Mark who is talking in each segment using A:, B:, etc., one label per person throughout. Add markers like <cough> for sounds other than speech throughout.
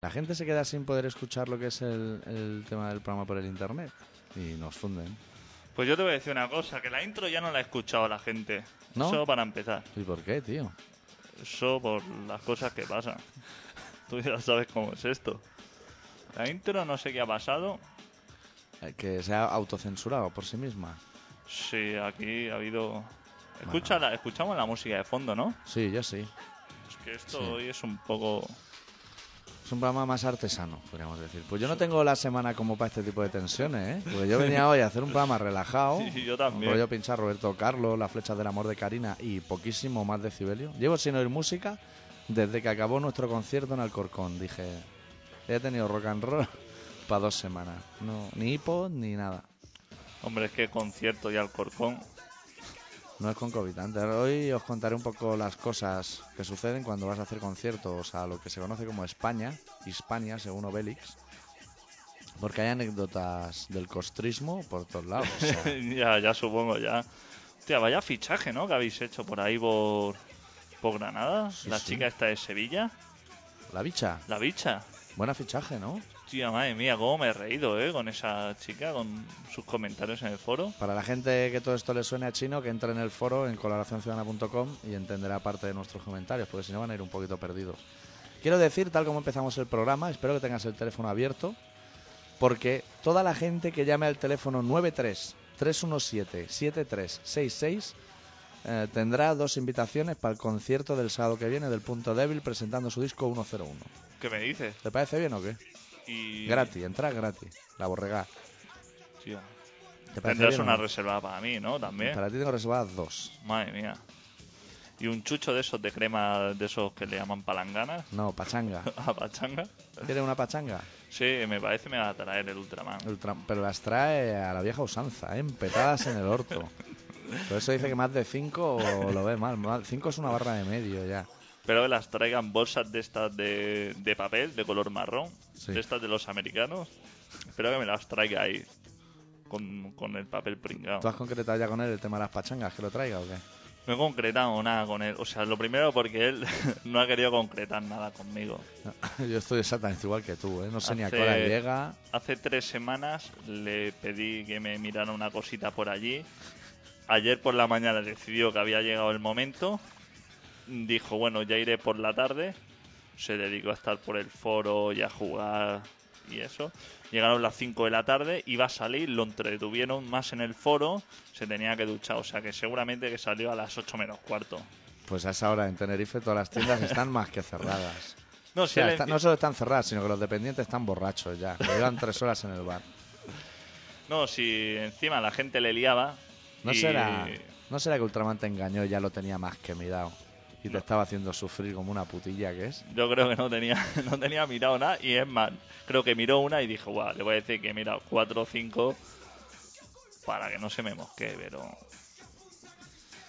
A: La gente se queda sin poder escuchar lo que es el, el tema del programa por el internet y nos funden.
B: Pues yo te voy a decir una cosa, que la intro ya no la ha escuchado la gente.
A: ¿No?
B: Eso para empezar.
A: ¿Y por qué, tío?
B: Eso por las cosas que pasan. <laughs> Tú ya sabes cómo es esto. La intro no sé qué ha pasado.
A: Eh, Que se ha autocensurado por sí misma.
B: Sí, aquí ha habido... Escucha, la- escuchamos la música de fondo, ¿no?
A: Sí, yo sí.
B: Es que esto
A: Sí.
B: hoy es un poco...
A: Es un programa más artesano, podríamos decir. Pues yo no tengo la semana como para este tipo de tensiones, ¿eh? Porque
B: <laughs>
A: yo venía hoy a hacer un programa relajado.
B: Sí, yo también.
A: Rollo pinchar Roberto Carlos, Las flechas del amor de Karina y poquísimo más de Cibelio. Llevo sin oír música desde que acabó nuestro concierto en Alcorcón. Dije, he tenido rock and roll <laughs> para dos semanas. No, ni hipo ni nada.
B: Hombre, es que concierto y Alcorcón. <laughs>
A: No es concomitante. Hoy os contaré un poco las cosas que suceden cuando vas a hacer conciertos a lo que se conoce como España, Hispania, según Obélix. Porque hay anécdotas del costrismo por todos lados. o sea,
B: ya, ya supongo, ya. Hostia, vaya fichaje, ¿no? Que habéis hecho por ahí por, por Granada.
A: Sí,
B: la
A: sí.
B: chica esta de Sevilla.
A: la bicha.
B: La bicha.
A: Buena fichaje, ¿no?
B: Hostia, madre mía, cómo me he reído, ¿eh? Con esa chica, con sus comentarios en el foro.
A: Para la gente que todo esto le suene a chino, que entre en el foro en colaboracionciudadana.com y entenderá parte de nuestros comentarios, porque si no van a ir un poquito perdidos. Quiero decir, tal como empezamos el programa, espero que tengas el teléfono abierto, porque toda la gente que llame al teléfono 93-317-7366 eh, tendrá dos invitaciones para el concierto del sábado que viene del Punto Débil presentando su disco 101.
B: ¿Qué me dices?
A: ¿Te parece bien o qué?
B: Y...
A: Gratis, entra gratis, la borrega.
B: Hostia.
A: ¿Te parece
B: Tendrás
A: bien o
B: una
A: no?
B: reserva ¿eh? para mí, ¿no? También.
A: Para ti tengo reservadas dos.
B: Madre mía. Y un chucho de esos de crema, de esos que le llaman palanganas.
A: No, pachanga.
B: <laughs> A pachanga.
A: ¿Tiene una pachanga?
B: Sí, me parece me va a traer el Ultraman.
A: El tra- pero las trae a la vieja usanza, ¿eh? empetadas en el orto. Por eso dice que más de 5 lo ve mal. Más- Cinco es una barra de medio ya.
B: Pero que las traigan bolsas de estas de, de papel, de color marrón,
A: Sí.
B: de estas de los americanos. Espero que me las traiga ahí, con, con el papel pringado.
A: ¿Tú has concretado ya con él el tema de las pachangas? ¿Que lo traiga o qué?
B: No he concretado nada con él. O sea, lo primero porque él <laughs> no ha querido concretar nada conmigo.
A: No, <laughs> Yo estoy exactamente igual que tú, ¿eh? No sé ni a qué
B: Hace-
A: hora llega.
B: Hace tres semanas le pedí que me mirara una cosita por allí. Ayer por la mañana decidió que había llegado el momento. Dijo, bueno, ya iré por la tarde. Se dedicó a estar por el foro y a jugar y eso. Llegaron las 5 de la tarde, iba a salir, lo entretuvieron más en el foro, se tenía que duchar, o sea que seguramente que salió a las 8 menos cuarto.
A: Pues a esa hora en Tenerife todas las tiendas están más que cerradas.
B: No,
A: O
B: sé,
A: sea, está- no solo están cerradas, sino que los dependientes están borrachos ya. que Llevan tres horas en el bar.
B: No, si encima la gente le liaba.
A: ¿No,
B: y-
A: será, ¿No será que Ultraman te engañó y ya lo tenía más que mirado? Y te
B: No.
A: estaba haciendo sufrir como una putilla que es.
B: Yo creo que no tenía, <laughs> no tenía mirado nada. Y es más, creo que miró una y dijo, guau, le voy a decir que he mirado 4 o 5 para que no se me mosquee, pero.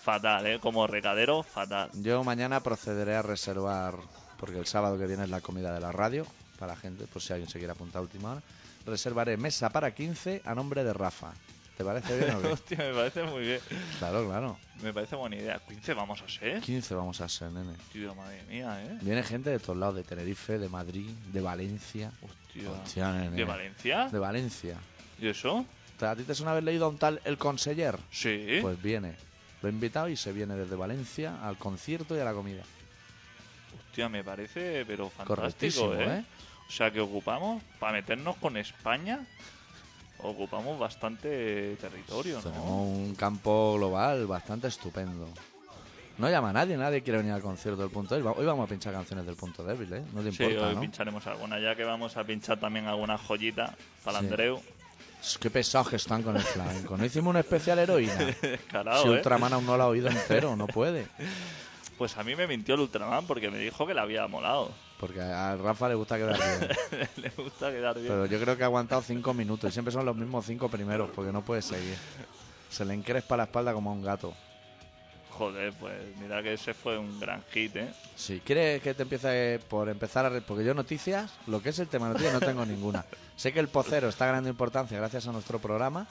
B: Fatal, ¿eh? Como recadero, fatal. <laughs>
A: Yo mañana procederé a reservar, porque el sábado que viene es la comida de la radio, para la gente, por si alguien se quiere apuntar a última hora. Reservaré mesa para 15 a nombre de Rafa. ¿Te parece bien <laughs> o qué?
B: Hostia, me parece muy bien.
A: Claro, claro.
B: Me parece buena idea. 15 vamos a ser.
A: 15 vamos a ser, nene.
B: Tío, madre mía, ¿eh?
A: Viene gente de todos lados, de Tenerife, de Madrid, de Valencia.
B: Hostia.
A: Hostia, nene.
B: ¿De Valencia?
A: De Valencia.
B: ¿Y eso?
A: ¿A ti te suena haber leído a un tal El Conseller?
B: Sí.
A: Pues viene. Lo he invitado y se viene desde Valencia al concierto y a la comida.
B: Hostia, me parece, pero fantástico,
A: Correctísimo,
B: ¿eh?
A: ¿eh?
B: O sea que ocupamos, para meternos con España, ocupamos bastante territorio,
A: Tenemos
B: ¿no?
A: un campo global bastante estupendo. No llama a nadie, nadie quiere venir al concierto del punto débil. Va- Hoy vamos a pinchar canciones del punto débil, ¿eh? No te
B: Sí,
A: importa,
B: hoy
A: ¿no?
B: pincharemos alguna, ya que vamos a pinchar también alguna joyita para
A: Sí.
B: Andreu. <laughs>
A: Es que pesados que están con el flamenco. No hicimos una especial
B: <laughs>
A: heroína. si
B: Descarado, ¿eh?
A: Ultraman aún no la ha oído entero, no puede.
B: Pues a mí me mintió el Ultraman porque me dijo que le había molado. <laughs>
A: Porque a Rafa le gusta quedar bien.
B: le gusta quedar bien.
A: Pero yo creo que ha aguantado cinco minutos y siempre son los mismos cinco primeros, porque no puede seguir. Se le encrespa la espalda como a un gato.
B: Joder, pues mira que ese fue un gran hit, ¿eh?
A: Si quieres que te empiece por empezar a... re- Porque yo noticias, lo que es el tema noticias, no tengo ninguna. Sé que el pocero está ganando importancia gracias a nuestro programa,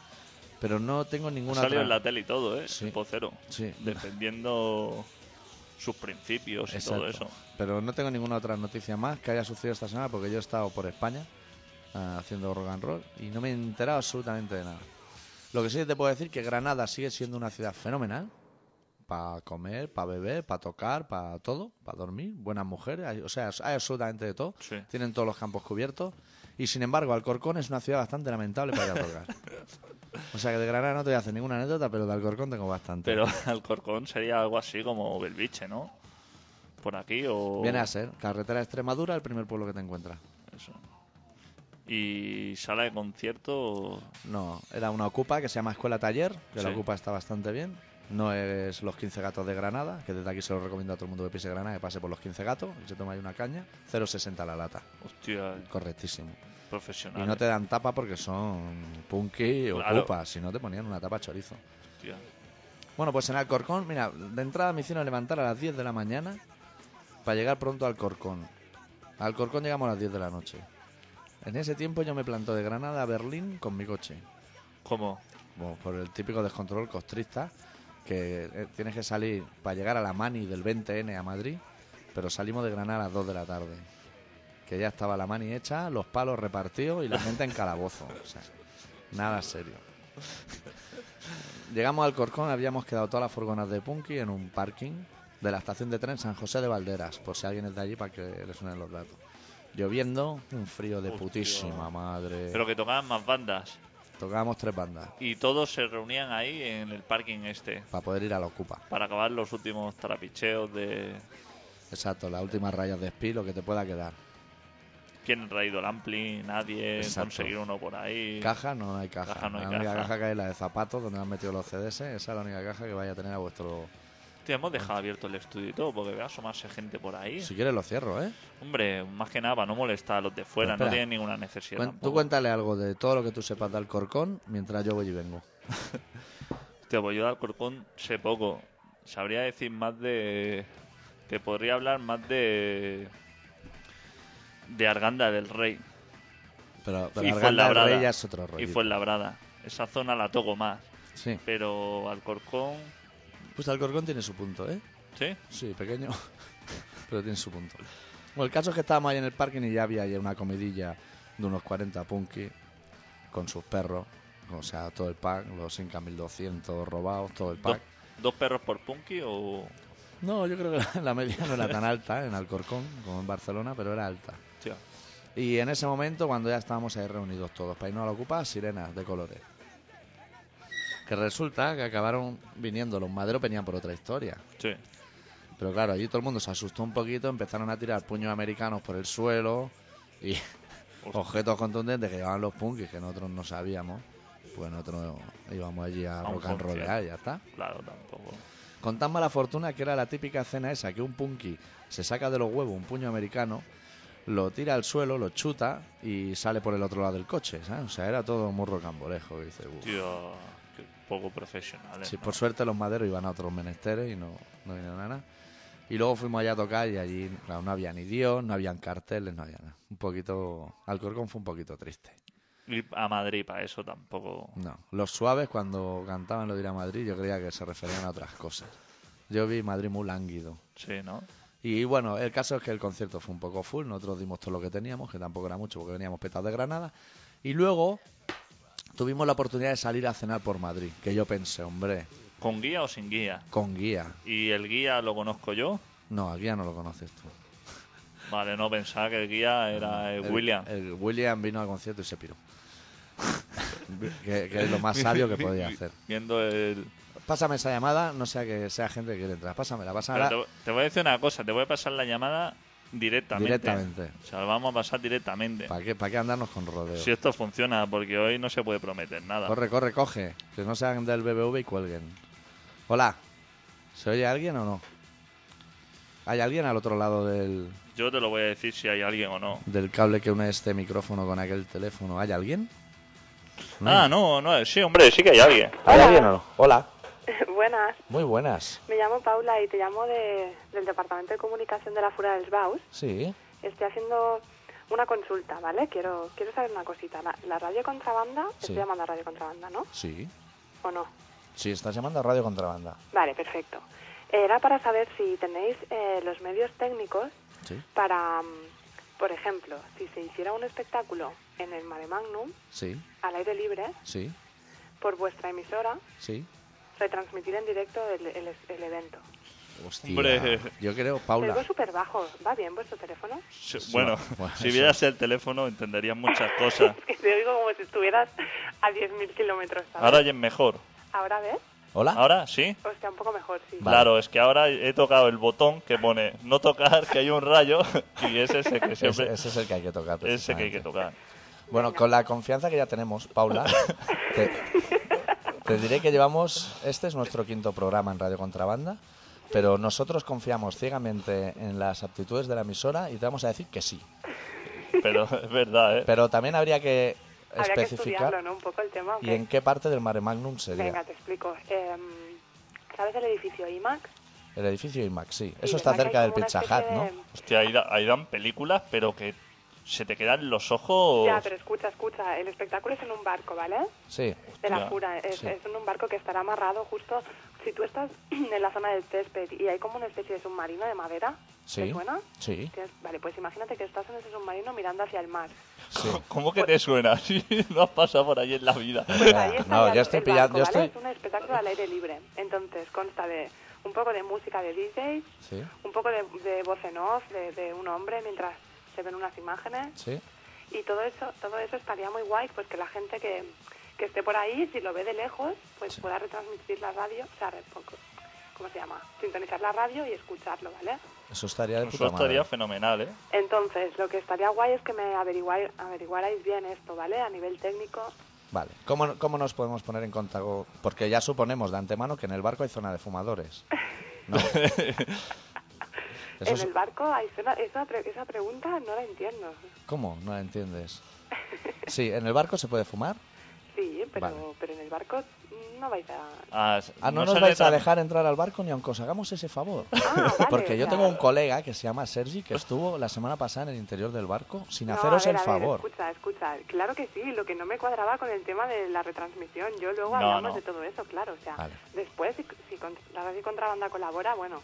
A: pero no tengo ninguna
B: Salió
A: otra...
B: en la tele y todo, ¿eh?
A: Sí.
B: El Pocero.
A: Sí.
B: Defendiendo sus principios pues, y
A: Exacto.
B: todo eso.
A: Pero no tengo ninguna otra noticia más que haya sucedido esta semana porque yo he estado por España ah, haciendo rock and roll y no me he enterado absolutamente de nada. Lo que sí te puedo decir que Granada sigue siendo una ciudad fenomenal para comer, para beber, para tocar, para todo, para dormir, buenas mujeres, hay- o sea, hay absolutamente de todo.
B: Sí.
A: Tienen todos los campos cubiertos y sin embargo Alcorcón es una ciudad bastante lamentable para ir a tocar. o sea que de Granada no te voy a hacer ninguna anécdota, pero de Alcorcón tengo bastante.
B: Pero <laughs> Alcorcón sería algo así como Belviche, ¿no? Por aquí o...
A: Viene a ser carretera de Extremadura el primer pueblo que te encuentras.
B: Eso. Y sala de concierto...
A: No, era una ocupa que se llama Escuela Taller, que la
B: Sí.
A: ocupa está bastante bien. No es Los 15 Gatos de Granada, que desde aquí se lo recomiendo a todo el mundo que pise Granada que pase por Los 15 Gatos y se toma ahí una caña. 0,60 la lata,
B: Hostia,
A: correctísimo.
B: profesional.
A: Y no te dan tapa porque son punky o
B: Claro.
A: ocupas, si no te ponían una tapa chorizo.
B: hostia.
A: Bueno, pues en Alcorcón, mira, de entrada me hicieron levantar a las 10 de la mañana para llegar pronto al Alcorcón. Al Alcorcón llegamos a las 10 de la noche. En ese tiempo yo me planto de Granada a Berlín con mi coche.
B: ¿Cómo?
A: Bueno, por el típico descontrol costrista, que eh, tienes que salir para llegar a la Mani del 20N a Madrid, pero salimos de Granada a las 2 de la tarde. Que ya estaba la Mani hecha, los palos repartidos y la gente en calabozo. O sea, nada serio. Llegamos al Corcón, habíamos quedado todas las furgonas de Punky en un parking de la estación de tren San José de Valderas, por si alguien es de allí para que le suenen los datos. Lloviendo, un frío de
B: Hostia.
A: putísima madre.
B: Pero que tocaban más bandas.
A: Tocábamos tres bandas
B: Y todos se reunían ahí en el parking este.
A: para poder ir a la Ocupa.
B: Para acabar los últimos trapicheos de...
A: Exacto, las últimas rayas de espi, lo que te pueda quedar.
B: ¿Quién ha traído el ampli? Nadie.
A: Exacto.
B: Conseguir uno por ahí.
A: Caja, no hay caja.
B: Caja, no hay
A: la única
B: caja.
A: caja. que hay es la de zapatos, donde han metido los CDs. Esa es la única caja que vaya a tener a vuestro.
B: Hostia, hemos dejado abierto el estudio y todo porque veo asomarse gente por ahí.
A: Si quieres, lo cierro, ¿eh?
B: Hombre, más que nada para no molestar a los de fuera.
A: Pero
B: No
A: espera.
B: tienen ninguna necesidad.
A: Cuen- tú
B: tampoco.
A: cuéntale algo de todo lo que tú sepas de Alcorcón mientras yo voy y vengo.
B: Hostia, pues yo de Alcorcón sé poco. Sabría decir más de. Te podría hablar más de. De Arganda del Rey
A: Pero, pero Arganda
B: Y
A: del
B: Fuenlabrada.
A: Rey ya es otro rollo.
B: y Fuenlabrada. Esa zona la toco más.
A: Sí.
B: Pero Alcorcón.
A: Pues Alcorcón tiene su punto, ¿eh?
B: ¿Sí?
A: Sí, pequeño, <laughs> pero tiene su punto. Bueno, el caso es que estábamos ahí en el parking y ya había ahí una comidilla de unos 40 punky con sus perros, o sea, todo el pack, los 5.200 robados, todo el
B: Dos,
A: pack.
B: dos perros por Punky o.?
A: No, yo creo que la, la media no era tan alta ¿eh? en Alcorcón como en Barcelona, pero era alta.
B: Hostia,
A: Y en ese momento, cuando ya estábamos ahí reunidos todos para irnos a la ocupa, sirenas de colores. Que resulta que acabaron viniendo, los maderos venían por otra historia.
B: sí.
A: Pero claro, allí todo el mundo se asustó un poquito, empezaron a tirar puños americanos por el suelo y objetos contundentes que llevaban los punkis que nosotros no sabíamos. Pues nosotros íbamos allí a
B: A un
A: rock and roll, ¿eh?
B: concierto.
A: ya está.
B: Claro, tampoco.
A: Con tan mala fortuna que era la típica escena esa que un punky se saca de los huevos un puño americano, lo tira al suelo, lo chuta y sale por el otro lado del coche, ¿sabes? O sea, era todo muy rocambolejo. y Dice, "Uf".
B: Tío, qué poco ¿eh? profesionales.
A: Sí,
B: ¿no?
A: por suerte los maderos iban a otros menesteres y no, no vinieron a nada. Y luego fuimos allá a tocar y allí, claro, no había ni Dios, no habían carteles, no había nada. Un poquito. Alcorcón fue un poquito triste.
B: Ir a Madrid para eso tampoco.
A: No. Los suaves, cuando cantaban lo de ir a Madrid, yo creía que se referían a otras cosas. Yo vi Madrid muy lánguido.
B: Sí, ¿no?
A: Y bueno, el caso es que el concierto fue un poco full, nosotros dimos todo lo que teníamos, que tampoco era mucho porque veníamos petados de Granada. Y luego tuvimos la oportunidad de salir a cenar por Madrid, que yo pensé, hombre,
B: ¿Con guía o sin guía?
A: con guía.
B: Y el guía lo conozco yo.
A: No, a guía no lo conoces tú.
B: Vale, no pensaba que el guía era eh,
A: Ah, El-
B: William.
A: el William vino al concierto y se
B: <laughs>
A: piró. que, que es lo más sabio que podía hacer.
B: Viendo el.
A: Pásame esa llamada, no sea que sea gente que quiere entrar. Pásamela,
B: Pero
A: pásamela.
B: te, vo- te voy a decir una cosa, te voy a pasar la llamada directamente.
A: Directamente.
B: O sea, la vamos a pasar directamente.
A: ¿Para qué, ¿Para qué andarnos con rodeos?
B: Si esto funciona, porque hoy no se puede prometer nada.
A: Corre, corre, coge. Que no sean del BBV y cuelguen. Hola. ¿Se oye alguien o no? ¿Hay alguien al otro lado del,
B: Yo te lo voy a decir si hay alguien o no.
A: del cable que une este micrófono con aquel teléfono? ¿Hay alguien?
B: Ah,
A: hay.
B: no, no, sí, hombre, sí que hay alguien.
A: ¿Hay alguien o no? Hola.
C: <laughs> Buenas,
A: Muy buenas.
C: me llamo Paula y te llamo de- del Departamento de Comunicación de la Fura del Baus.
A: Sí.
C: Estoy haciendo una consulta, ¿vale? Quiero quiero saber una cosita. La, la radio contrabanda,
A: Sí.
C: estoy llamando a radio contrabanda, ¿no?
A: Sí.
C: ¿O no?
A: Sí, estás llamando a Radio Contrabanda.
C: Vale, perfecto. Era para saber si tenéis eh, los medios técnicos
A: Sí,
C: para, mm, por ejemplo, si se hiciera un espectáculo en el Mare Magnum,
A: sí,
C: al aire libre,
A: sí,
C: por vuestra emisora,
A: sí.
C: retransmitir en directo el, el- el evento.
A: Hostia.
B: Hombre.
A: Yo creo,
C: Lo
A: Paula.
C: oigo súper bajo. ¿Va bien vuestro teléfono?
B: Sí,
A: Sí,
B: Bueno,
A: bueno,
B: si
A: eso.
B: vieras el teléfono entenderías muchas cosas.
C: Es <laughs> que te oigo como si estuvieras a 10.000 kilómetros. ¿sabes?
B: Ahora ya es mejor.
C: ¿Ahora ves?
A: ¿Hola?
B: ¿Ahora? ¿Sí?
C: O sea, un poco mejor, sí.
A: ¿Ah? Vale.
B: Claro, es que ahora he tocado el botón que pone no tocar, que hay un rayo, <laughs> y es ese que
A: Ese,
B: siempre...
A: ese es el que hay que tocar.
B: Ese que hay que
A: precisamente.
B: tocar.
A: Bueno, con la confianza que ya tenemos,
B: <laughs>
A: Paula, te, te diré que llevamos, este es nuestro quinto programa en Radio Contrabanda, pero nosotros confiamos ciegamente en las aptitudes de la emisora y te vamos a decir que sí.
B: Pero es verdad, ¿eh?
A: Pero también habría que
C: Habría que
A: especificar
C: estudiarlo, ¿no? Un poco el tema. ¿o
A: y
C: qué?
A: en qué parte del Mare Magnum sería.
C: Venga, te explico. Em, ¿Sabes el edificio IMAC?
A: El edificio IMAX, sí.
C: Sí,
A: Eso está
C: ¿verdad que
A: cerca
C: hay
A: del
C: como una
A: Pizza
C: especie
A: Hut, ¿no?
C: de-
B: Hostia, ahí, da- ahí dan películas, pero que se te quedan los ojos...
C: Ya, pero escucha, escucha. El espectáculo es en un barco, ¿vale?
A: Sí,
C: De la
B: Ya,
C: Jura. Es,
A: sí.
C: es en un barco que estará amarrado justo. Si tú estás <clears throat> en la zona del césped y hay como una especie de submarino de madera, ¿te
A: sí,
C: suena?
A: sí,
C: Tienes- Vale, pues imagínate que estás en ese submarino mirando hacia el mar.
A: sí.
B: ¿Cómo que te suena? <laughs> Si no has pasado por ahí en la vida.
C: Pues
A: Ya,
C: ahí está
A: no,
C: el-
A: yo estoy
C: el
A: pillando-
C: barco,
A: yo
C: ¿vale?
A: estoy-
C: Es un espectáculo al aire libre. Entonces consta de un poco de música de DJ,
A: Sí,
C: un poco de, de voz en off de, de un hombre mientras se ven unas imágenes
A: sí.
C: y todo eso todo eso estaría muy guay pues que la gente que, que esté por ahí si lo ve de lejos pues
A: Sí.
C: pueda retransmitir la radio o sea re- cómo se llama sintonizar la radio y escucharlo vale
A: Eso estaría de
B: Eso
A: puta madre.
B: estaría fenomenal, ¿eh?
C: entonces lo que estaría guay es que me averiguar, averiguarais bien esto vale a nivel técnico
A: Vale. ¿Cómo, ¿Cómo nos podemos poner en contacto? Porque ya suponemos de antemano que en el barco hay zona de fumadores.
B: <laughs>
A: No. Eso es-
C: en el barco hay zona- esa, pre- esa pregunta no la entiendo
A: ¿Cómo? No la entiendes. Sí, en el barco se puede fumar.
C: sí pero
A: Vale.
C: pero en el barco no vais a
B: Ah,
A: Ah, no,
B: no
A: nos
B: sale
A: vais a
B: tan-
A: dejar entrar al barco ni aunque os hagamos ese favor.
C: Ah, vale,
A: <laughs> Porque yo
C: o sea-
A: tengo un colega que se llama Sergi que estuvo la semana pasada en el interior del barco sin
C: No,
A: haceros
C: a ver,
A: el
C: a ver,
A: favor.
C: escucha, escucha. Claro que sí, lo que no me cuadraba con el tema de la retransmisión. Yo luego
B: No,
C: hablamos
B: no.
C: de todo eso, claro. O sea,
A: Vale.
C: después, si, si con- la radio contrabanda colabora, bueno,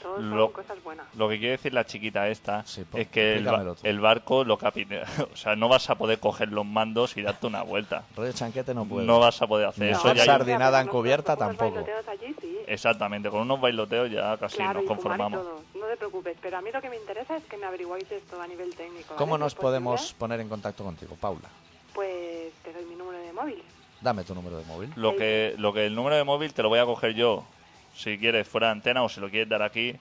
C: todo son
B: Lo-
C: cosas buenas.
B: Lo que quiere decir la chiquita esta
A: Sí, po-
B: es que el, ba-
A: explícamelo tú.
B: el barco lo capine... <laughs> O sea, no vas a poder coger los mandos y darte una vuelta.
A: Radio Chanquete no puede.
B: No vas a poder hacer
A: No,
B: eso.
A: Hacer
B: ya hay-
A: sardina. sardinada
C: pero
A: en cubierta
C: con unos
A: tampoco.
C: bailoteos allí, sí.
B: Exactamente, con unos bailoteos ya casi
C: claro,
B: nos
C: y fumar y
B: conformamos.
C: todo. No te preocupes, pero a mí lo que me interesa es que me averiguáis esto a nivel técnico.
A: ¿Cómo
C: ¿vale? Si
A: nos
C: es posible,
A: podemos poner en contacto contigo, Paula?
C: Pues te doy mi número de móvil.
A: Dame tu número de móvil.
B: Lo que, lo que el número de móvil te lo voy a coger yo, si quieres, fuera de antena o si lo quieres dar aquí.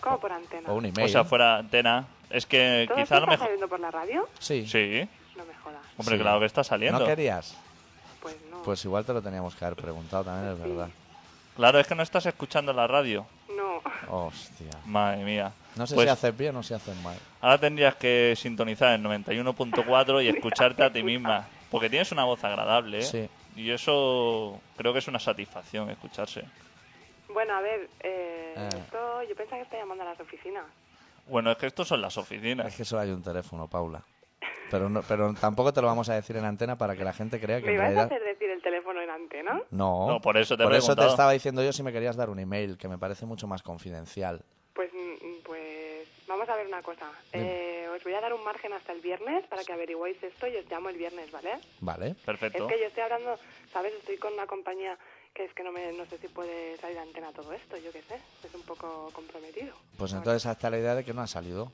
C: Como por antena.
A: O un email.
B: O sea, fuera de antena. Es que
C: ¿Todo
B: quizá
C: esto
B: a lo
C: está
B: mejor.
C: saliendo por la radio?
A: Sí.
B: Sí,
C: No me jodas.
B: hombre,
A: Sí.
B: claro que está saliendo.
A: ¿No querías?
C: Pues no.
A: Pues igual te lo teníamos que haber preguntado también, es
C: Sí.
A: verdad.
B: Claro, es que no estás escuchando la radio.
C: No. <laughs>
A: Hostia.
B: Madre mía.
A: No sé
B: Pues-
A: si haces bien o si haces mal.
B: Ahora tendrías que sintonizar el 91.4
C: <laughs>
B: y escucharte a ti misma. Porque tienes una voz agradable, ¿eh?
A: Sí.
B: Y eso creo que es una satisfacción escucharse.
C: Bueno, a ver, eh,
A: Eh.
C: esto yo pensaba que está llamando a las oficinas.
B: Bueno, es que estos son las
A: Es
B: oficinas.
A: que solo hay un teléfono, Paula. Pero, no, pero tampoco te lo vamos a decir en antena para que la gente crea que
C: ¿Me
A: en
C: ibas a
A: realidad...
C: hacer decir el teléfono en antena?
A: No,
B: No, por eso te he preguntado.
A: estaba diciendo yo si me querías dar un email, que me parece mucho más confidencial.
C: Pues, mm, pues vamos a ver una cosa.
A: Dime.
C: Eh, os voy a dar un margen hasta el viernes para que averigüéis esto y os llamo el viernes, ¿vale?
A: Vale,
B: Perfecto.
C: Es que yo estoy hablando, ¿sabes? Estoy con una compañía que es que no, me, no sé si puede salir a antena todo esto, yo qué sé. Es un poco comprometido.
A: pues
C: Ahora.
A: entonces hasta la idea de que no ha salido.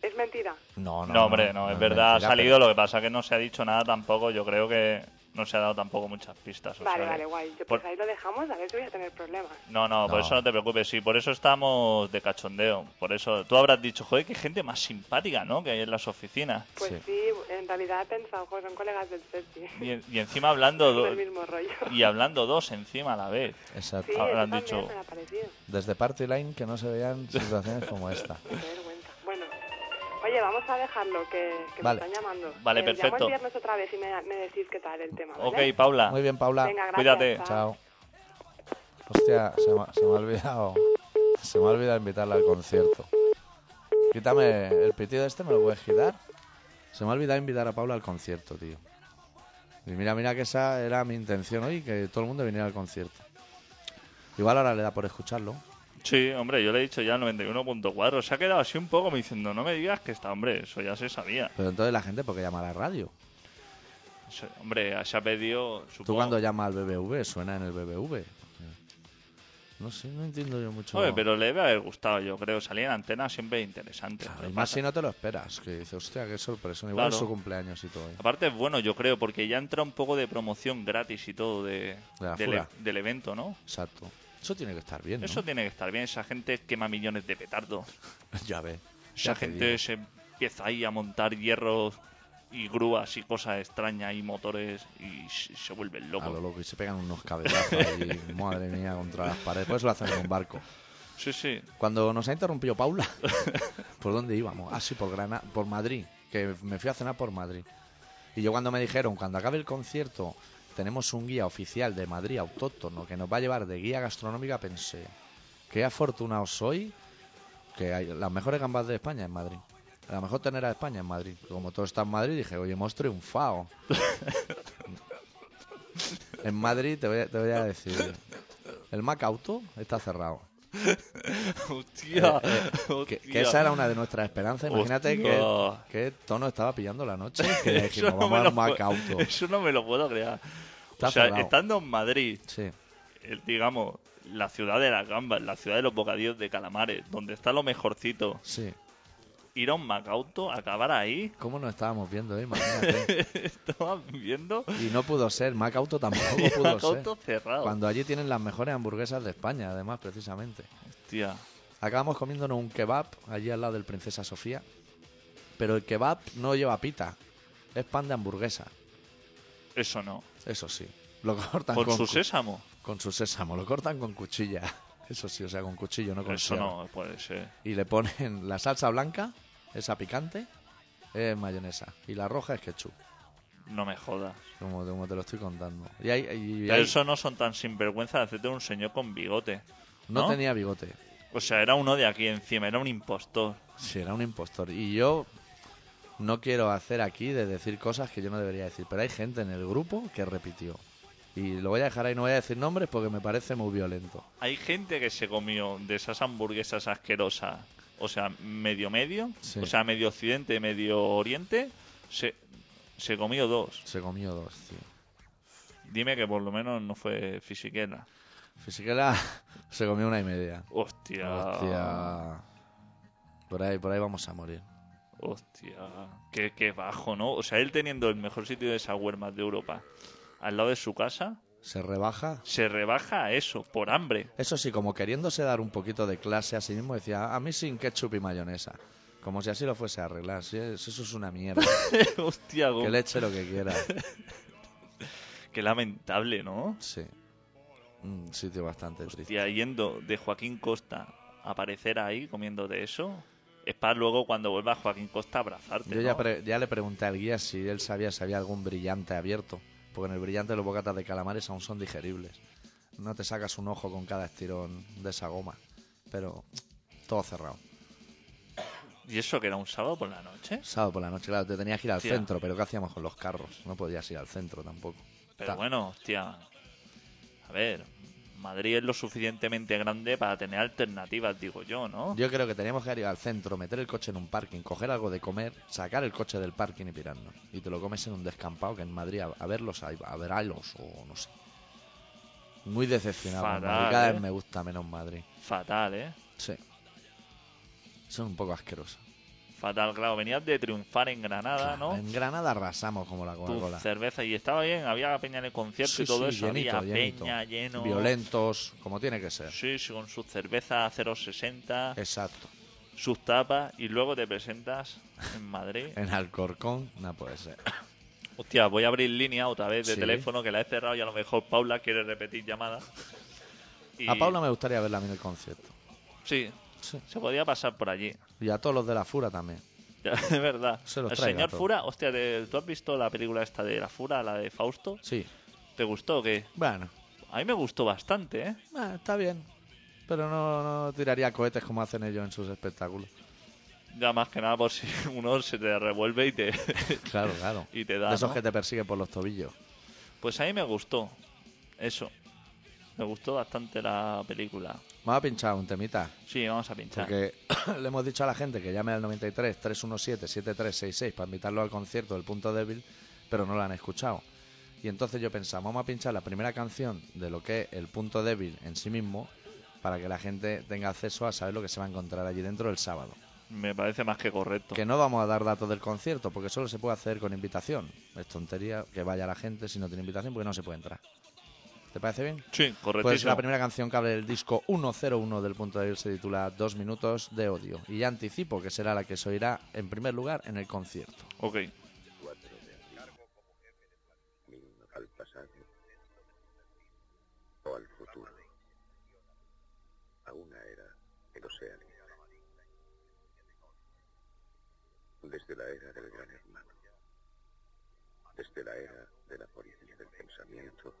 C: Es mentira.
A: No, no.
B: No, hombre, no, es verdad, ha
A: mentira,
B: salido.
A: pero-
B: Lo que pasa es que no se ha dicho nada tampoco. Yo creo que no se ha dado tampoco muchas pistas. o
C: vale,
B: sea
C: vale,
B: que-
C: guay. Yo,
B: Pues por-
C: Pues ahí lo dejamos, a ver si voy a tener problemas.
B: No, no, por
A: No.
B: eso no te preocupes. Sí, por eso estamos de cachondeo. Por eso tú habrás dicho, joder, qué gente más simpática, ¿no? Que hay en las oficinas.
C: Pues
A: Sí.
C: sí, en realidad he pensado, jo, son colegas del CEPI. <laughs>
B: Y, en- y encima hablando
C: Es
B: do-
C: el mismo rollo.
B: y hablando dos encima a la vez.
A: Exacto.
C: Sí,
B: Ah,
C: eso
B: lo han
C: también
B: dicho.
C: me ha parecido.
A: Desde Party Line que no se veían situaciones como esta.
C: Qué vergüenza. Bueno, oye, vamos a dejarlo, que, que
A: Vale.
C: me están llamando.
B: Vale,
C: Eh, Llamo
B: perfecto.
C: el viernes otra vez y me, me decís qué tal el tema, ¿vale?
B: Ok, Paula.
A: Muy bien, Paula.
C: Venga, gracias.
B: cuídate.
C: chao.
A: Chao. Hostia, se me, se me ha olvidado. Se me ha olvidado invitarla al concierto. Quítame el pitido este, ¿me lo puedes quitar? Se me ha olvidado invitar a Paula al concierto, tío. Y mira, mira que esa era mi intención hoy, que todo el mundo viniera al concierto. Igual ahora le da por escucharlo.
B: Sí, hombre, yo le he dicho ya el 91.4. Se ha quedado así un poco me diciendo, no me digas que está, hombre, eso ya se sabía.
A: Pero entonces la gente, ¿por qué llama a la radio?
B: Eso, hombre, se ha pedido.
A: Tú
B: supongo-
A: cuando llamas al BBV, suena en el BBV. No sé, no entiendo yo mucho.
B: Hombre, pero le debe haber gustado, yo creo. Salir en antena siempre es interesante.
A: Claro,
B: Pero
A: y más
B: pasa-
A: si no te lo esperas, que dices, hostia, qué sorpresa. Igual
B: Claro.
A: es su cumpleaños y todo. ¿eh?
B: Aparte es bueno, yo creo, porque ya entra un poco de promoción gratis y todo de,
A: De la
B: del, e-
A: fura.
B: del evento, ¿no?
A: Exacto. Eso tiene que estar bien, ¿no?
B: Eso tiene que estar bien. Esa gente quema millones de petardos.
A: <laughs> ya ve.
B: Esa
A: ya te
B: gente
A: digo.
B: se empieza ahí a montar hierros y grúas y cosas extrañas y motores y se se vuelven
A: A lo
B: locos.
A: loco, y se pegan unos cabezazos allí, <laughs> madre mía, contra las paredes. Pues lo hacen en un barco. <laughs>
B: Sí, sí. <laughs>
A: Cuando nos ha interrumpido Paula, <laughs> ¿por dónde íbamos? Ah, sí, por, Grana, por Madrid, que me fui a cenar por Madrid. Y yo cuando me dijeron, cuando acabe el concierto, tenemos un guía oficial de Madrid autóctono que nos va a llevar de guía gastronómica, pensé, qué afortunado soy que hay las mejores gambas de España en Madrid. La mejor tener a España en Madrid. Como todo está en Madrid, dije, oye, hemos triunfado. en Madrid te voy a, te voy a decir, el Macauto está cerrado.
B: ¡Hostia!
A: Eh,
B: <laughs>
A: Que, que
B: hostia.
A: esa era una de nuestras esperanzas. Imagínate que,
B: Hostia.
A: que Tono estaba pillando la
B: <laughs>
A: noche. Que
B: Eso
A: dijimos,
B: no me
A: vamos
B: lo
A: al
B: puedo-
A: Macauto.
B: <laughs> Eso no me lo puedo creer.
A: Está
B: o sea,
A: cerrado.
B: estando en Madrid,
A: Sí,
B: el- digamos, la ciudad de las gambas, la ciudad de los bocadillos de calamares, donde está lo mejorcito,
A: sí.
B: ir a un Macauto, acabar ahí, <laughs>
A: ¿Cómo nos estábamos viendo, eh? Imagínate.
B: estabas viendo
A: Y no pudo ser. Macauto
B: <laughs>
A: tampoco
B: y
A: pudo
B: Macauto
A: ser.
B: cerrado.
A: Cuando allí tienen las mejores hamburguesas de España, además, precisamente.
B: Hostia.
A: Acabamos comiéndonos un kebab allí al lado del Princesa Sofía. Pero el kebab no lleva pita. Es pan de hamburguesa.
B: Eso no.
A: Eso sí. Lo cortan
B: Con su
A: cu-
B: sésamo.
A: con su sésamo. Lo cortan con cuchilla. Eso sí, o sea, con cuchillo, no con
B: Eso
A: sierra.
B: no puede ser.
A: y le ponen la salsa blanca, esa picante, es mayonesa. Y la roja es ketchup,
B: No me jodas.
A: como, como te lo estoy contando. Y ahí, y
B: Pero
A: ahí
B: eso no son tan sinvergüenza de hacerte un señor con bigote.
A: no,
B: ¿no?
A: tenía bigote.
B: O sea, era uno de aquí encima, era un impostor.
A: Sí, era un impostor. Y yo no quiero hacer aquí de decir cosas que yo no debería decir, pero hay gente en el grupo que repitió. Y lo voy a dejar ahí, no voy a decir nombres porque me parece muy violento.
B: Hay gente que se comió de esas hamburguesas asquerosas, o sea, medio medio,
A: Sí.
B: o sea, medio occidente, medio oriente, se, se comió dos.
A: Se comió dos, tío.
B: Dime que por lo menos no fue fisiquera.
A: Fisiquera <laughs> se comió una y media.
B: Hostia.
A: Hostia. Por ahí, por ahí vamos a morir.
B: Hostia. Qué, qué bajo, ¿no? O sea, él teniendo el mejor sitio de shawarmas de Europa al lado de su casa,
A: Se rebaja
B: se rebaja a eso, por hambre. <laughs>
A: Eso sí, como queriéndose dar un poquito de clase a sí mismo, decía, a mí sin ketchup y mayonesa. Como si así lo fuese a arreglar. Si es- eso es una
B: <laughs>
A: mierda.
B: Hostia,
A: que
B: Gon-
A: le eche lo que quiera.
B: qué lamentable, ¿no?
A: Sí. Un sitio bastante triste.
B: Hostia, Pues yendo de Joaquín Costa a aparecer ahí comiendo de eso, es para luego cuando vuelva Joaquín Costa a abrazarte.
A: Yo
B: ¿no?
A: ya, pre- ya le pregunté al guía si él sabía si había algún brillante abierto. Porque en el brillante los bocatas de calamares aún son digeribles. No te sacas un ojo con cada estirón de esa goma. Pero todo cerrado.
B: Y eso que era un sábado por la noche.
A: Sábado por la noche, claro, te tenías que ir al
B: Hostia.
A: centro, pero ¿qué hacíamos con los carros? No podías ir al centro tampoco.
B: Pero
A: Ta-
B: bueno, hostia. A ver, Madrid es lo suficientemente grande para tener alternativas, digo yo, ¿no?
A: Yo creo que teníamos que ir al centro, meter el coche en un parking, coger algo de comer, sacar el coche del parking y pirarnos. Y te lo comes en un descampado que en Madrid a, a verlos, hay- a, verlos o no sé. Muy decepcionado. con
B: Fatal,
A: Madrid. Cada
B: ¿eh?
A: vez me gusta menos Madrid.
B: Fatal, ¿eh?
A: Sí. Son un poco asquerosos.
B: Fatal, claro. Venías de triunfar en Granada,
A: Claro,
B: ¿no?
A: En Granada arrasamos como la
B: Tu
A: Coca-Cola.
B: cerveza y estaba bien, había peña en el concierto
A: Sí,
B: y todo
A: sí,
B: eso,
A: llenito,
B: había
A: llenito.
B: peña lleno.
A: Violentos, como tiene que ser.
B: Sí, sí, con su cerveza 060.
A: Exacto.
B: sus tapas y luego te presentas en Madrid.
A: En Alcorcón no puede ser.
B: Hostia, voy a abrir línea otra vez de
A: Sí.
B: teléfono que la he cerrado y a lo mejor Paula quiere repetir llamada. Y-
A: A Paula me gustaría verla a mí en el concierto.
B: Sí,
A: Sí.
B: se podía pasar por allí. <laughs>
A: Y a todos los de la Fura también.
B: Ya, De verdad.
A: Se los
B: El
A: traiga
B: señor
A: todo.
B: Fura, hostia, de- ¿tú has visto la película esta de la Fura, la de Fausto?
A: Sí.
B: ¿Te gustó o qué?
A: Bueno,
B: A mí me gustó bastante, ¿eh?
A: Ah, está bien. Pero no, no tiraría cohetes como hacen ellos en sus espectáculos.
B: Ya más que nada por si <laughs> uno se te revuelve y te, <laughs>
A: Claro, <laughs> claro.
B: y te da.
A: De esos
B: ¿no?
A: que te persiguen por los tobillos.
B: Pues a mí me gustó. Eso. Me gustó bastante la película.
A: Vamos a pinchar un temita.
B: Sí, vamos a pinchar.
A: Porque <coughs> le hemos dicho a la gente que llame al 93 317 7366 para invitarlo al concierto del Punto Débil, pero no lo han escuchado. Y entonces yo pensaba, vamos a pinchar la primera canción de lo que es el Punto Débil en sí mismo para que la gente tenga acceso a saber lo que se va a encontrar allí dentro el sábado.
B: Me parece más que correcto.
A: Que no vamos a dar datos del concierto porque solo se puede hacer con invitación. Es tontería que vaya la gente si no tiene invitación porque no se puede entrar. ¿Te parece bien?
B: Sí, correctísimo.
A: Pues la primera canción que abre el disco 101 del punto de vista se titula Dos minutos de odio. Y ya anticipo que será la que se oirá en primer lugar en el concierto.
B: Ok.
D: al pasado o al futuro, a una era que no sea libre. Desde la era del gran hermano, desde la era de la policía del pensamiento,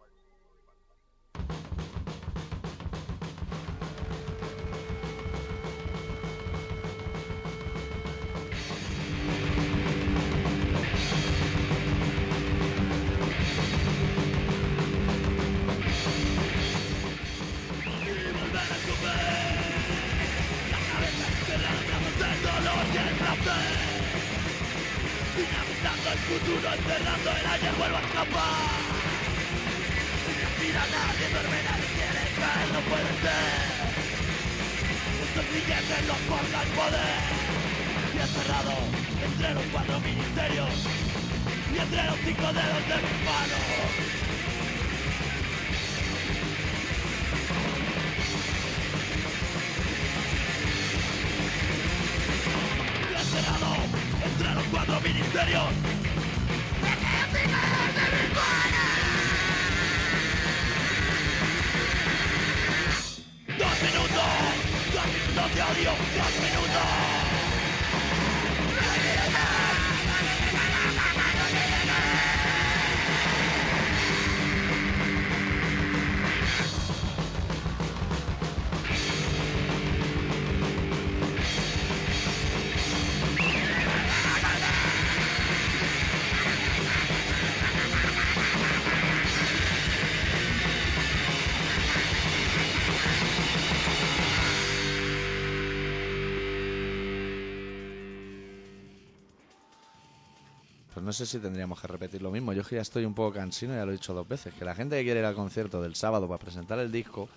A: Pues no sé si tendríamos que repetir lo mismo. Yo es que ya estoy un poco cansino, ya lo he dicho dos veces. Que la gente que quiere ir al concierto del sábado para presentar el disco,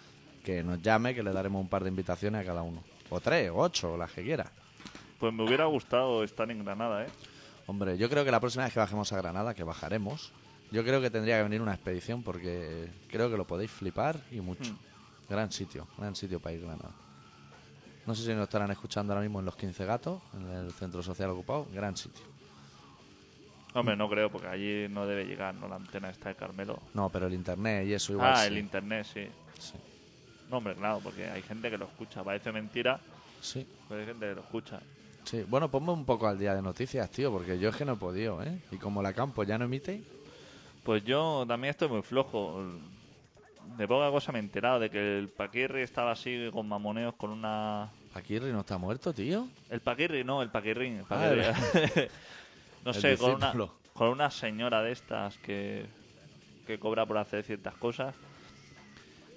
A: que nos llame, que le daremos un par de invitaciones a cada uno. O tres, o ocho, o las que quiera.
B: Pues me hubiera gustado estar en Granada, ¿eh?
A: Hombre, yo creo que la próxima vez que bajemos a Granada, que bajaremos, yo creo que tendría que venir una expedición porque creo que lo podéis flipar y
B: Hmm.
A: mucho. Gran sitio, gran sitio para ir Granada. No sé si nos estarán escuchando ahora mismo en Los 15 Gatos, en el centro social ocupado. Gran sitio.
B: Hombre, no creo, porque allí no debe llegar, ¿no? La antena está de Carmelo.
A: No, pero el internet y eso igual.
B: ah,
A: sí.
B: el internet, sí.
A: Sí.
B: No, hombre, claro, porque hay gente que lo escucha. Parece mentira,
A: Sí,
B: pero hay gente que lo escucha.
A: sí. Bueno, ponme un poco al día de noticias, tío, porque yo es que no he podido, ¿eh? Y como la campo ya no emite,
B: Pues yo también estoy muy flojo. De poca cosa me he enterado de que el Paquirri estaba así con mamoneos con una...
A: Paquirri no está muerto, tío.
B: El Paquirri, no, el Paquirrín. el
A: Ah,
B: Paquirri. <laughs> no
A: El
B: sé, con una,
A: discípulo.
B: con una señora de estas que, que cobra por hacer ciertas cosas.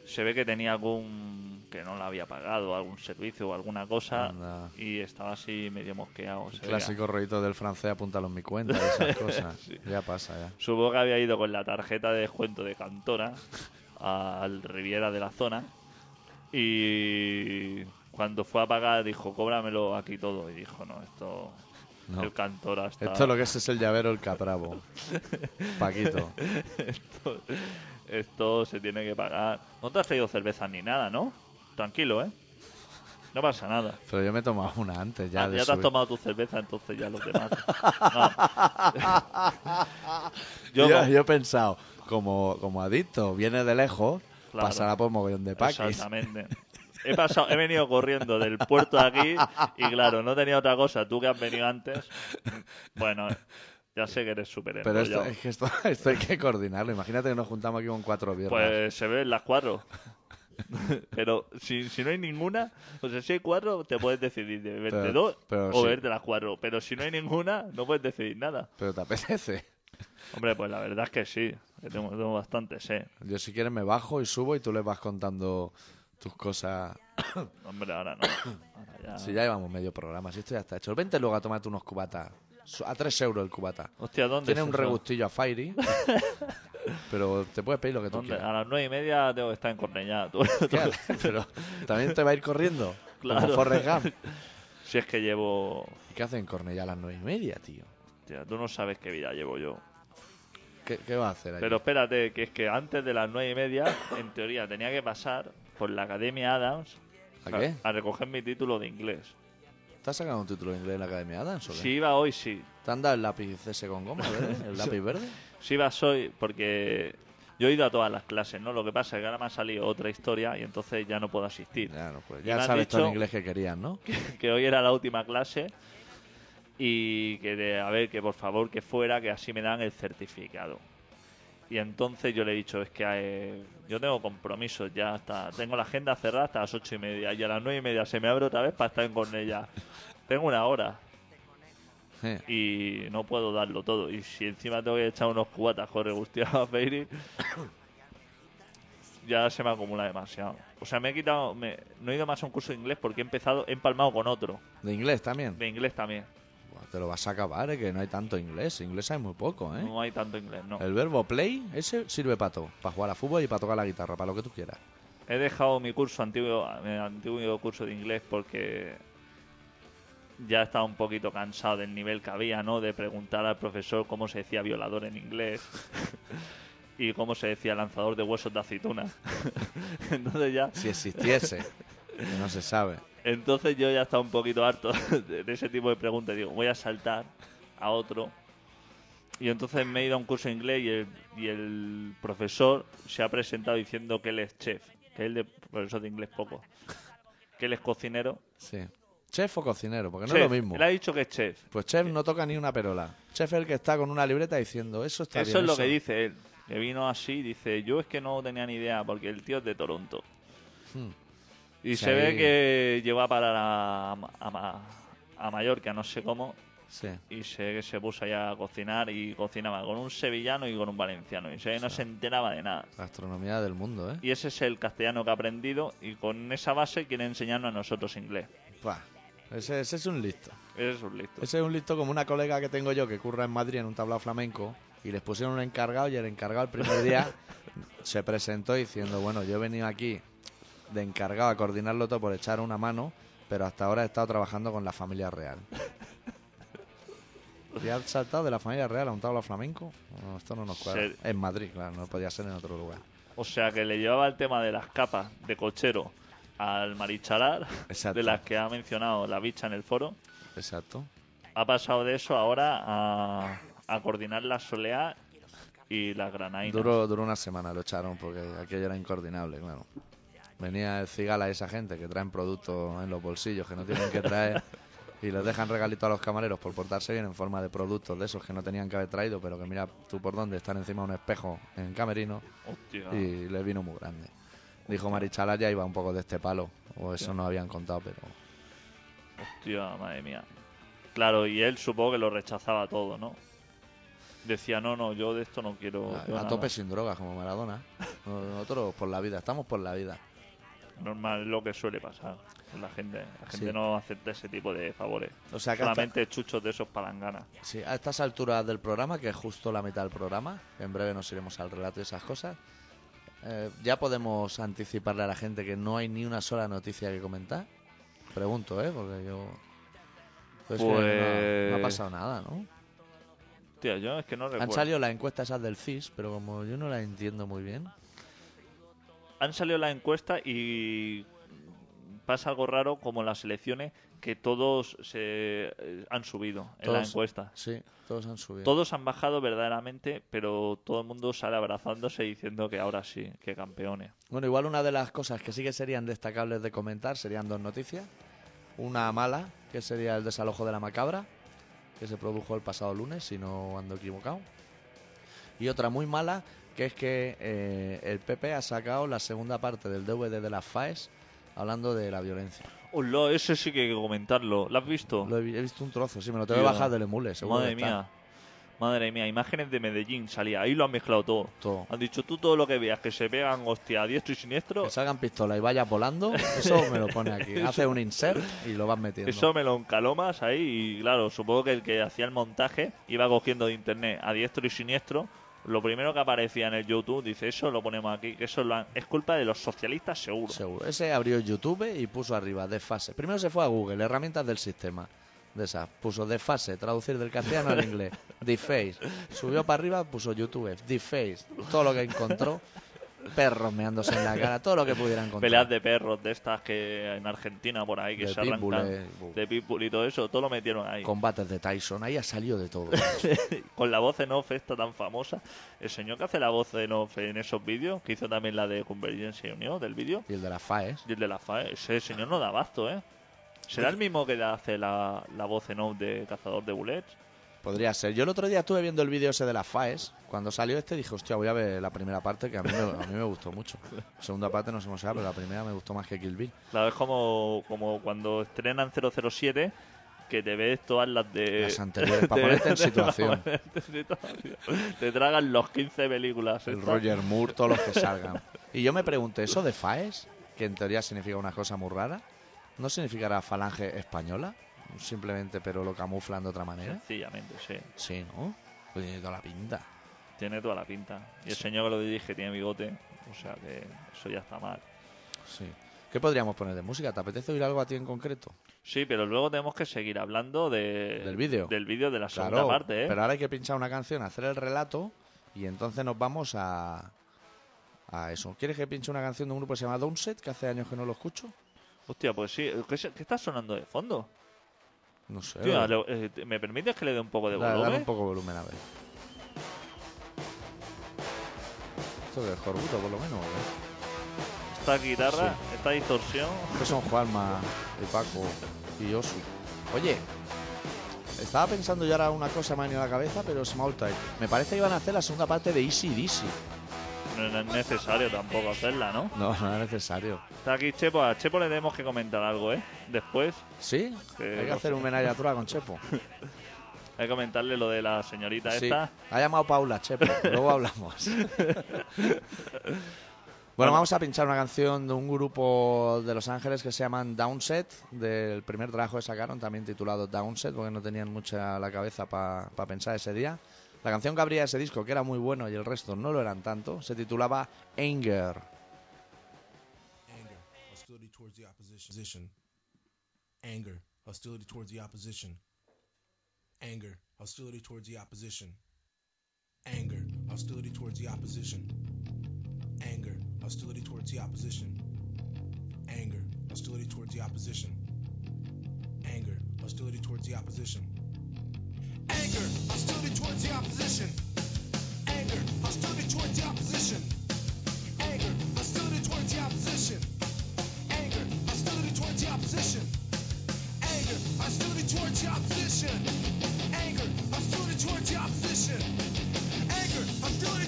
B: Se ve que tenía algún... que no la había pagado, algún servicio o alguna cosa.
A: Anda.
B: Y estaba así medio mosqueado. se
A: El
B: veía.
A: clásico rollito del francés, apúntalo en mi cuenta, y
B: <laughs>
A: esas cosas. Ya pasa, ya.
B: Supongo que había ido con la tarjeta de descuento de Cantora al Riviera de la zona y cuando fue a pagar dijo, cóbramelo aquí todo. Y dijo, no, esto...
A: No.
B: El Cantora está...
A: Esto es lo que es, es el llavero el
B: <laughs>
A: capravo. Paquito.
B: esto, esto se tiene que pagar. No te has traído cerveza ni nada, ¿no? Tranquilo, ¿eh? No pasa nada.
A: Pero yo me he tomado una antes ya
B: Ah,
A: de
B: te has
A: subir.
B: tomado tu cerveza, entonces ya los
A: <laughs>
B: demás. No.
A: Yo,
B: como-
A: yo he pensado, como, como adicto, viene de lejos,
B: Claro.
A: pasará por mogollón de paquis.
B: Exactamente. He, pasado, he venido corriendo del puerto de aquí y claro, no tenía otra cosa. Tú que has venido antes, bueno, ya sé que eres súper
A: Pero esto,
B: enrollado.
A: es que esto, <laughs> esto hay que coordinarlo. Imagínate que nos juntamos aquí con cuatro viernes.
B: Pues se ven las cuatro. <laughs> Pero si, si no hay ninguna, o sea, si hay cuatro, te puedes decidir de verte
A: Pero-
B: dos
A: pero
B: o
A: sí.
B: verte las cuatro. Pero si no hay ninguna, no puedes decidir nada.
A: Pero te apetece.
B: Hombre, pues la verdad es que sí. que Tengo, tengo bastante sed.
A: Yo si quieres me bajo y subo y tú les vas contando tus cosas.
B: Hombre, ahora no. Ahora ya-
A: Si ya llevamos medio programa, si esto ya está hecho. Vente luego a tomarte unos cubatas. Su- A 3 euros el cubata.
B: Hostia, ¿dónde
A: Tiene
B: es
A: un
B: eso?
A: regustillo a Fairy.
B: <laughs>
A: pero te puedes pedir lo que tú
B: ¿Dónde?
A: quieras.
B: A las nueve y media tengo que estar en Cornellá. tú- <laughs>
A: <laughs>
B: tú-
A: Claro, pero también te va a ir corriendo.
B: Claro.
A: Como Forrest Gump.
B: <laughs> Si es que llevo...
A: ¿Y qué hacen en Cornellá a las 9 y media, tío?
B: Hostia, tú no sabes qué vida llevo yo.
A: ¿Qué, qué va a hacer ahí?
B: Pero espérate, que es que antes de las nueve y media, en teoría, tenía que pasar por la Academia Adams
A: ¿A qué?
B: a recoger mi título de inglés.
A: ¿Te has sacado un título de inglés en la Academia Adams o qué?
B: Si iba hoy, sí.
A: ¿Te han dado el lápiz ese con
B: <laughs>
A: goma, verde? ¿El lápiz verde?
B: Si iba hoy, porque yo he ido a todas las clases, ¿no? Lo que pasa es que ahora me ha salido otra historia y entonces ya no puedo asistir.
A: Ya, no, pues,
B: Y
A: ya
B: me han
A: sabes todo el
B: dicho-
A: inglés que querías, ¿no?
B: que hoy era la última clase y que de- a ver que por favor que fuera que así me dan el certificado y entonces yo le he dicho es que eh, yo tengo compromisos ya hasta tengo la agenda cerrada hasta las ocho y media y a las nueve y media se me abre otra vez para estar con ella tengo una hora
A: <laughs> Eh,
B: y no puedo darlo todo y si encima tengo que echar unos cubatas con regusteado a Feiri ya se me acumula demasiado o sea me he quitado me- no he ido más a un curso de inglés porque he empezado he empalmado con otro
A: ¿De inglés también?
B: de inglés también.
A: Buah, te lo vas a acabar, eh, que no hay tanto inglés. Inglés hay muy poco, ¿eh?
B: No hay tanto inglés, no.
A: El verbo play, ese sirve para todo. Para jugar a fútbol y para tocar la guitarra, para lo que tú quieras.
B: He dejado mi curso antiguo, mi antiguo curso de inglés porque ya estaba un poquito cansado del nivel que había, ¿no? De preguntar al profesor cómo se decía violador en inglés
A: <laughs>
B: y cómo se decía lanzador de huesos de aceituna. <laughs> Entonces ya,
A: Si existiese, que no se sabe.
B: entonces yo ya estaba un poquito harto <laughs> de, de ese tipo de preguntas. Digo, voy a saltar a otro. Y entonces me he ido a un curso de inglés y el, y el profesor se ha presentado diciendo que él es chef, que él de profesor de inglés poco, que él es cocinero.
A: Sí. Chef o cocinero, porque no
B: Chef,
A: es lo mismo.
B: Él ha dicho que es chef.
A: Pues chef no toca ni una perola. Chef es el que está con una libreta diciendo, eso está
B: eso
A: bien,
B: es lo que dice él. Que vino así, dice, yo es que no tenía ni idea porque el tío es de Toronto.
A: Hmm.
B: Y
A: Sí,
B: se ve
A: ahí-
B: que llegó a parar a, a, Ma- a Mallorca, no sé cómo,
A: Sí.
B: y se, se puso allá a cocinar y cocinaba con un sevillano y con un valenciano y se, no se enteraba de nada.
A: Gastronomía del mundo, ¿eh?
B: Y ese es el castellano que ha aprendido y con esa base quiere enseñarnos a nosotros inglés.
A: Buah. Ese, ese es un listo.
B: Ese es un listo.
A: Ese es un listo como una colega que tengo yo que curra en Madrid en un tablao flamenco y les pusieron un encargado y el encargado el primer día se presentó diciendo, bueno, yo he venido aquí de encargado a coordinarlo todo por echar una mano, pero hasta ahora he estado trabajando con la familia real. Y ha saltado de la familia real a un tablao flamenco. No, esto no nos cuadra.
B: Se-
A: En Madrid, claro, no podía ser en otro lugar.
B: O sea que le llevaba el tema de las capas de cochero al marichalar,
A: Exacto.
B: de las que ha mencionado la bicha en el foro.
A: Exacto.
B: Ha pasado de eso ahora a, a coordinar la soleá y las granainas.
A: Duró, duró una semana, lo echaron porque aquello era incoordinable, claro. Venía el cigala y esa gente que traen productos en los bolsillos que no tienen que traer y les dejan regalitos a los camareros por portarse bien en forma de productos de esos que no tenían que haber traído, pero que mira tú por dónde están encima de un espejo en camerino
B: Hostia.
A: y les vino muy grande. Dijo Marichala ya iba un poco de este palo, o eso nos habían contado, pero
B: Tío, madre mía. Claro, y él supongo que lo rechazaba todo, ¿no? Decía, no, no, yo de esto no quiero. yo
A: a, a
B: Pues nada".
A: tope sin drogas como Maradona. Nosotros por la vida, estamos por la vida.
B: Normal, es lo que suele pasar. La gente, la gente
A: Sí.
B: no acepta ese tipo de favores.
A: O sea, que hasta-
B: Solamente chuchos de esos palanganas.
A: Sí, a estas alturas del programa, que es justo la mitad del programa, en breve nos iremos al relato y esas cosas, eh, ya podemos anticiparle a la gente que no hay ni una sola noticia que comentar. Pregunto, ¿eh? Porque yo... Pues, que no- no, ha
B: Pues-
A: pasado nada, ¿no?
B: Tío, yo es que no recuerdo.
A: Han salido las encuestas esas del CIS, pero como yo no las entiendo muy bien...
B: Han salido las encuestas y pasa algo raro como en las elecciones que todos se eh, han subido en la
A: Todos-
B: encuesta.
A: Sí, todos han subido.
B: Todos han bajado verdaderamente, pero todo el mundo sale abrazándose y diciendo que ahora sí, que campeones.
A: Bueno, igual una de las cosas que sí que serían destacables de comentar serían dos noticias. Una mala, que sería el desalojo de la macabra, que se produjo el pasado lunes, si no ando equivocado. Y otra muy mala, que es que eh, el PP ha sacado la segunda parte del DVD de las FAES hablando de la violencia.
B: Hola, ese sí que hay que comentarlo. ¿Lo has visto?
A: Lo he, vi- he visto un trozo, sí, me lo tengo que
B: Tío.
A: bajar del emule, seguro.
B: Madre
A: que está.
B: mía. Madre mía, imágenes de Medellín salía. Ahí lo han mezclado todo.
A: Todo.
B: Han dicho tú todo lo que veas, que se pegan hostia a diestro y siniestro.
A: Que salgan pistolas y vayas volando, eso me lo pone
B: <laughs>
A: aquí. Hace un insert y lo vas metiendo.
B: Eso me lo encalomas ahí y claro, supongo que el que hacía el montaje iba cogiendo de internet a diestro y siniestro. Lo primero que aparecía en el YouTube dice, eso lo ponemos aquí, que eso lo han- es culpa de los socialistas seguro.
A: Seguro. Ese abrió YouTube y puso arriba desfase. Primero se fue a Google, herramientas del sistema. De esas. Puso desfase, traducir del castellano al
B: <laughs>
A: inglés. Deface. Subió para arriba, puso YouTube. Deface. Todo lo que encontró. Perros meándose en la cara. Todo lo que pudiera encontrar.
B: Peleas de perros de estas que en Argentina por ahí que
A: De
B: se
A: pitbull,
B: arrancan
A: eh. Uh.
B: de pitbull y todo eso, todo lo metieron ahí.
A: Combates de Tyson. Ahí ha salido de todo.
B: Con la voz en off esta tan famosa. El señor que hace la voz en off en esos vídeos, que hizo también la de Convergencia y Unión del vídeo,
A: Y el de las FAES.
B: y el de la FAE, ese señor no da abasto, ¿eh? ¿Será el mismo que hace la, la voz en off de Cazador de Bullets?
A: Podría ser. Yo el otro día estuve viendo el vídeo ese de las FAES. Cuando salió este dije, hostia, voy a ver la primera parte que a mí me, a mí me gustó mucho. La segunda parte no sé cómo será, pero la primera me gustó más que Kill Bill.
B: Claro, es como, como cuando estrenan 007 que te ves todas las de... <laughs>
A: Las anteriores, para ponerte en
B: te-
A: situación.
B: para ponerte en situación. Te tragan los 15 películas.
A: El
B: estas.
A: Roger Moore, todos los que salgan. Y yo me pregunté, ¿eso de FAES, que en teoría significa una cosa muy rara, no significará falange española? Simplemente, pero lo camuflan de otra manera.
B: Sencillamente, sí.
A: Sí, ¿no? Pues tiene toda la pinta.
B: Tiene toda la pinta. Y el señor que lo dirige tiene bigote. O sea que eso ya está mal.
A: Sí. ¿Qué podríamos poner de música? ¿Te apetece oír algo a ti en concreto?
B: Sí, pero luego tenemos que seguir hablando de,
A: Del vídeo.
B: Del vídeo de la segunda
A: Claro,
B: parte, ¿eh?
A: Pero ahora hay que pinchar una canción, hacer el relato y entonces nos vamos a. A eso. ¿Quieres que pinche una canción de un grupo que se llama Downset, que hace años que no lo escucho?
B: Hostia, pues sí. ¿Qué, se- qué está sonando de fondo?
A: No sé.
B: Tío,
A: oye.
B: lo- eh, ¿me permites que le dé un poco de
A: Da- dale
B: volumen?
A: un poco de volumen a ver. Esto que es corbuto, por lo menos. ¿eh?
B: Esta guitarra, esta distorsión.
A: Que son Juanma y Paco y Osu. Oye, estaba pensando yo ahora una cosa, me ha venido a la cabeza, pero se me ha vuelto a ir. Me parece que iban a hacer la segunda parte de Easy Dizzy.
B: No no es necesario tampoco hacerla, ¿no?
A: No, no es necesario.
B: Está aquí Chepo. A Chepo le tenemos que comentar algo, ¿eh? Después
A: ¿Sí?
B: Eh,
A: Hay que
B: no
A: hacer
B: sé.
A: un homenaje a Trua con Chepo.
B: hay que comentarle lo de la señorita
A: Sí.
B: esta.
A: Ha llamado Paula, Chepo. Luego hablamos. Bueno, vamos a pinchar una canción de un grupo de Los Ángeles que se llaman Downset, del primer trabajo que sacaron, también titulado Downset, porque no tenían mucha la cabeza para pensar ese día. La canción que abría ese disco, que era muy bueno y el resto no lo eran tanto, se titulaba Anger.
E: Anger, hostility towards the opposition. Anger, hostility towards the opposition. Anger, hostility towards the opposition. Anger, hostility towards the opposition. Anger, hostility towards the opposition. Anger, hostility towards the opposition. Anger, hostility towards the opposition. Anger, hostility towards the opposition. Anger, hostility towards the opposition. Anger, hostility towards the opposition. Anger, hostility towards the opposition. Anger, hostility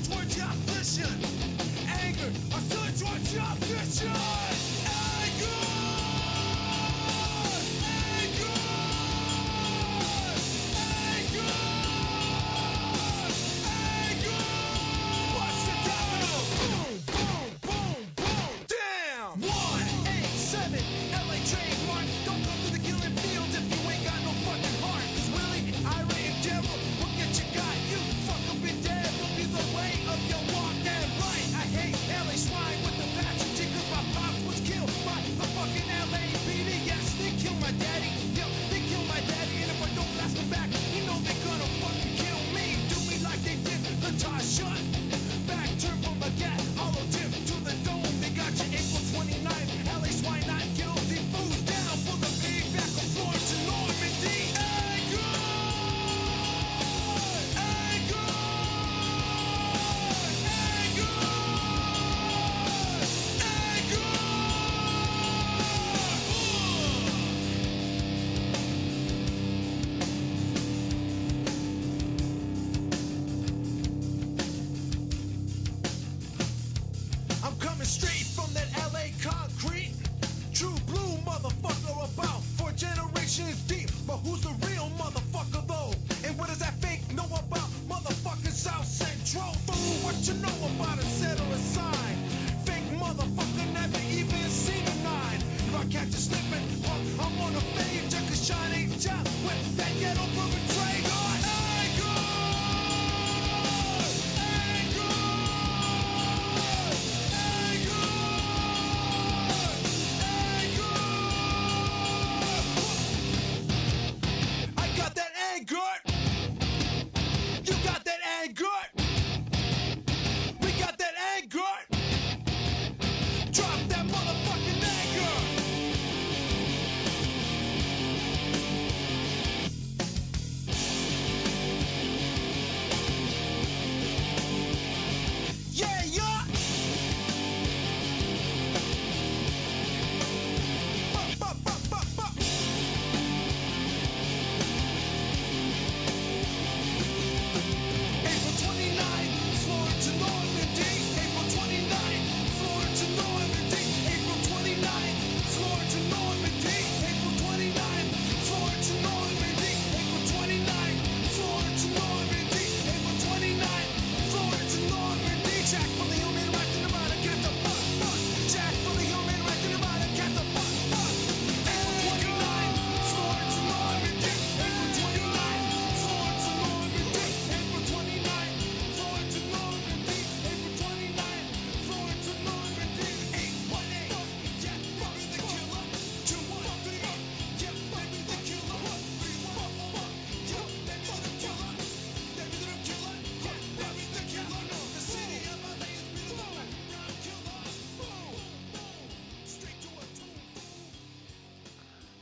E: towards the opposition. Anger, hostility towards the opposition. Anger, hostility towards the opposition. Anger, hostility towards the opposition. Anger, anger, anger.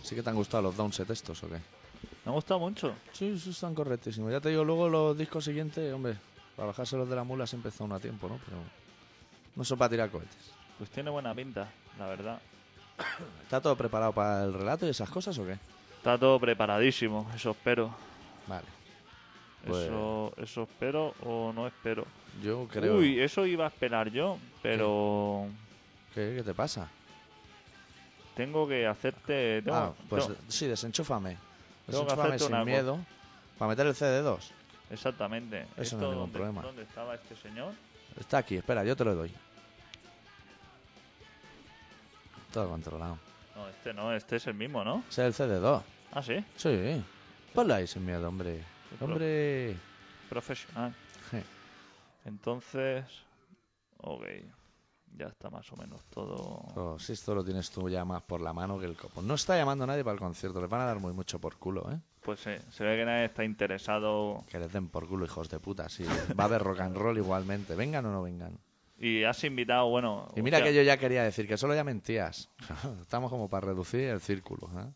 A: ¿Sí que te han gustado los downset estos o qué?
B: Me ha gustado mucho.
A: Sí, sí, están correctísimos. Ya te digo, luego los discos siguientes, hombre, para bajarse los de la mula siempre está uno a tiempo, ¿no? Pero no son para tirar cohetes.
B: Pues tiene buena pinta, la verdad.
A: ¿Está todo preparado para el relato y esas cosas o qué?
B: Está todo preparadísimo, eso espero.
A: Vale. Pues-
B: Eso, eso espero o no espero.
A: Yo creo...
B: Uy, eso iba a esperar yo, pero
A: ¿Qué, qué te pasa?
B: tengo que hacerte. tengo-
A: ah, pues
B: tengo-
A: sí, desenchúfame.
B: Tengo que
A: Desenchúfame
B: hacerte
A: sin
B: una cosa.
A: miedo. Para meter el CD2.
B: exactamente.
A: no es
B: Esto
A: ningún
B: dónde-
A: problema.
B: ¿Dónde estaba este señor?
A: Está aquí, espera, yo te lo doy. Todo controlado.
B: No, este no, este es el mismo, ¿no?
A: Es el CD2.
B: Ah, sí,
A: Sí. Ponlo ahí sin miedo, hombre. Hombre.
B: profesional.
A: Je.
B: Entonces, ok, ya está más o menos todo.
A: Oh, si esto lo tienes tú ya más por la mano que el copo. No está llamando nadie para el concierto. Les van a dar muy mucho por culo, ¿eh?
B: Pues sí, se ve que nadie está interesado.
A: Que les den por culo, hijos de puta. Sí. Va a haber rock and roll igualmente. Vengan o no vengan.
B: Y has invitado, bueno.
A: Y mira
B: hostia,
A: que yo ya quería decir que solo ya mentías. <laughs> Estamos como para reducir el círculo, ¿eh?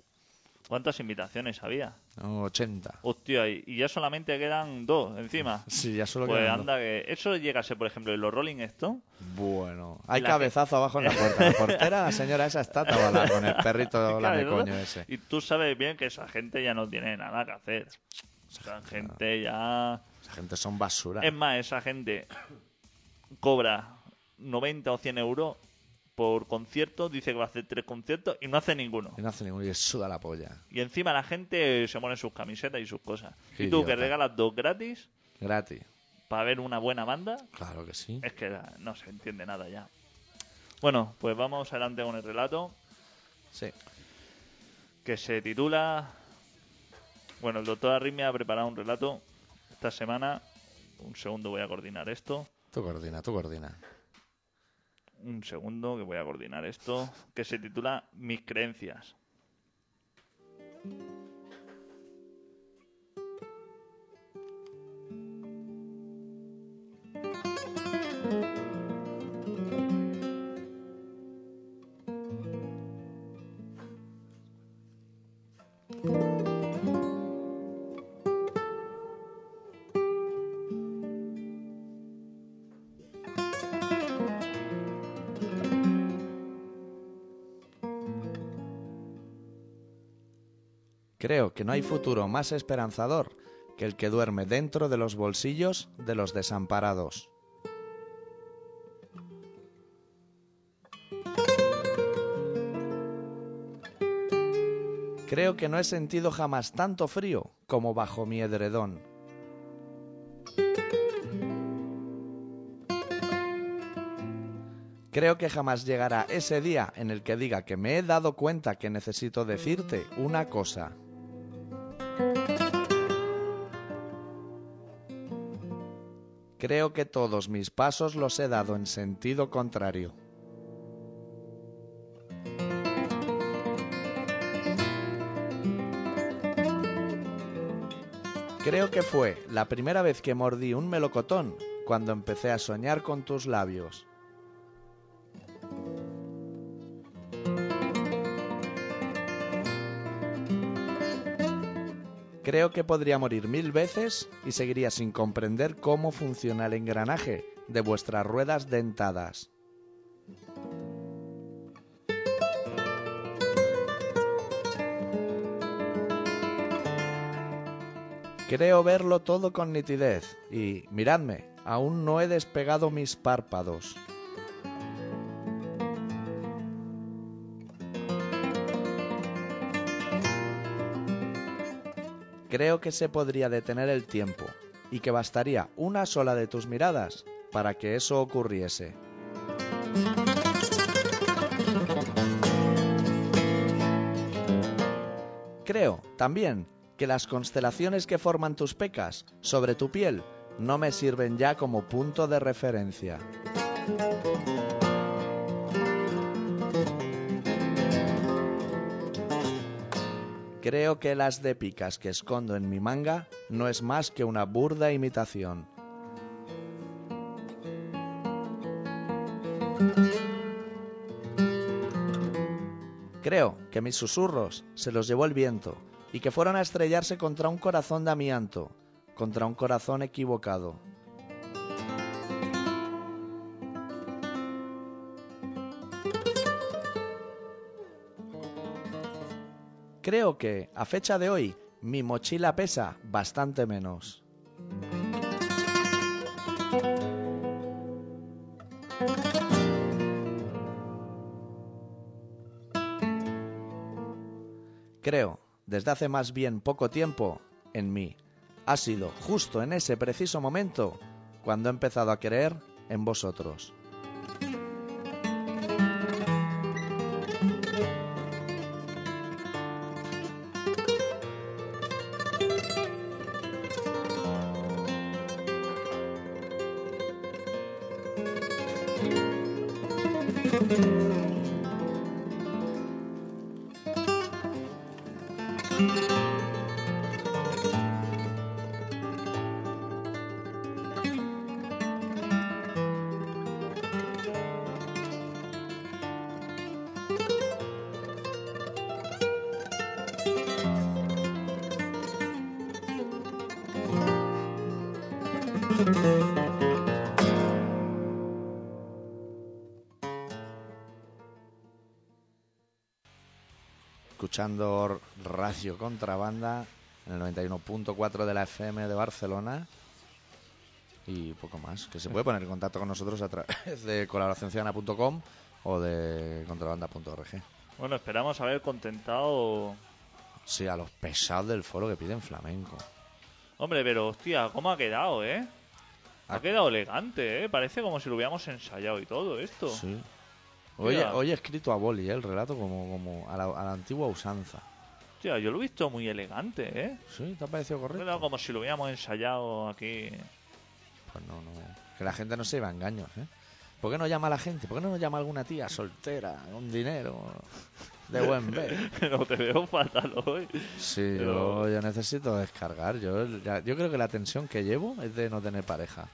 B: ¿Cuántas invitaciones había?
A: No, 80.
B: Hostia, y y ya solamente quedan dos encima.
A: Sí, ya <laughs> solo
B: Pues
A: quedan dos.
B: anda, que eso llegase, por ejemplo, en los Rolling Stones.
A: Bueno, hay
B: La
A: cabezazo abajo en la puerta. La portera, la señora esa está tabalada con el
B: <laughs>
A: perrito
B: Claro,
A: lame
B: ¿no?
A: coño ese.
B: Y tú sabes bien que esa gente ya no tiene nada que hacer. Esa gente ya...
A: Esa gente son basura.
B: Es más, esa gente cobra 90 o 100 euros por concierto, dice que va a hacer tres conciertos y no hace ninguno.
A: Y no hace ningún y suda la polla.
B: Y encima la gente se pone sus camisetas y sus cosas.
A: Qué
B: y tú que
A: idiota.
B: regalas dos gratis
A: Gratis.
B: para ver una buena banda,
A: Claro que sí.
B: Es que no se entiende nada ya. Bueno, pues vamos adelante con el relato
A: Sí.
B: que se titula. Bueno, el doctor Arritmia ha preparado un relato esta semana. Un segundo voy a coordinar esto.
A: Tú coordina, tú coordina.
B: Un segundo que voy a coordinar esto. Que se titula Mis creencias.
A: Creo que no hay futuro más esperanzador que el que duerme dentro de los bolsillos de los desamparados. Creo que no he sentido jamás tanto frío como bajo mi edredón. Creo que jamás llegará ese día en el que diga que me he dado cuenta que necesito decirte una cosa. Creo que todos mis pasos los he dado en sentido contrario. Creo que fue la primera vez que mordí un melocotón cuando empecé a soñar con tus labios. Creo que podría morir mil veces y seguiría sin comprender cómo funciona el engranaje de vuestras ruedas dentadas. Creo verlo todo con nitidez y, miradme, aún no he despegado mis párpados. Creo que se podría detener el tiempo y que bastaría una sola de tus miradas para que eso ocurriese. Creo, también, que las constelaciones que forman tus pecas sobre tu piel no me sirven ya como punto de referencia. Creo que el as de picas que escondo en mi manga no es más que una burda imitación. Creo que mis susurros se los llevó el viento y que fueron a estrellarse contra un corazón de amianto, contra un corazón equivocado. Creo que, a fecha de hoy, mi mochila pesa bastante menos. Creo, desde hace más bien poco tiempo, en mí. Ha sido justo en ese preciso momento cuando he empezado a creer en vosotros. escuchando Radio Contrabanda en el 91.4 de la FM de Barcelona y poco más. Que se puede poner en contacto con nosotros a través de colaboracionciudadana.com o de contrabanda.org.
B: Bueno, esperamos haber contentado.
A: Sí, a los pesados del foro que piden flamenco.
B: Hombre, pero hostia, ¿cómo ha quedado, eh? Ha
A: Ah.
B: quedado elegante, eh. Parece como si lo hubiéramos ensayado y todo esto.
A: Sí. Hoy,
B: Mira.
A: hoy he escrito a boli eh, el relato como, como a, la, a la antigua usanza.
B: Hostia, yo lo he visto muy elegante, eh.
A: ¿Sí? ¿Te ha parecido
B: Ha
A: correcto?
B: quedado como si lo hubiéramos ensayado aquí. <laughs>
A: Pues no, no. Que la gente no se iba a engaños, ¿eh? ¿Por qué no llama a la gente? ¿Por qué no nos llama alguna tía soltera, con dinero, de buen ver?
B: no te veo fatal hoy.
A: Sí,
B: Pero-
A: yo, yo necesito descargar. Yo, ya- yo creo que la tensión que llevo es de no tener pareja.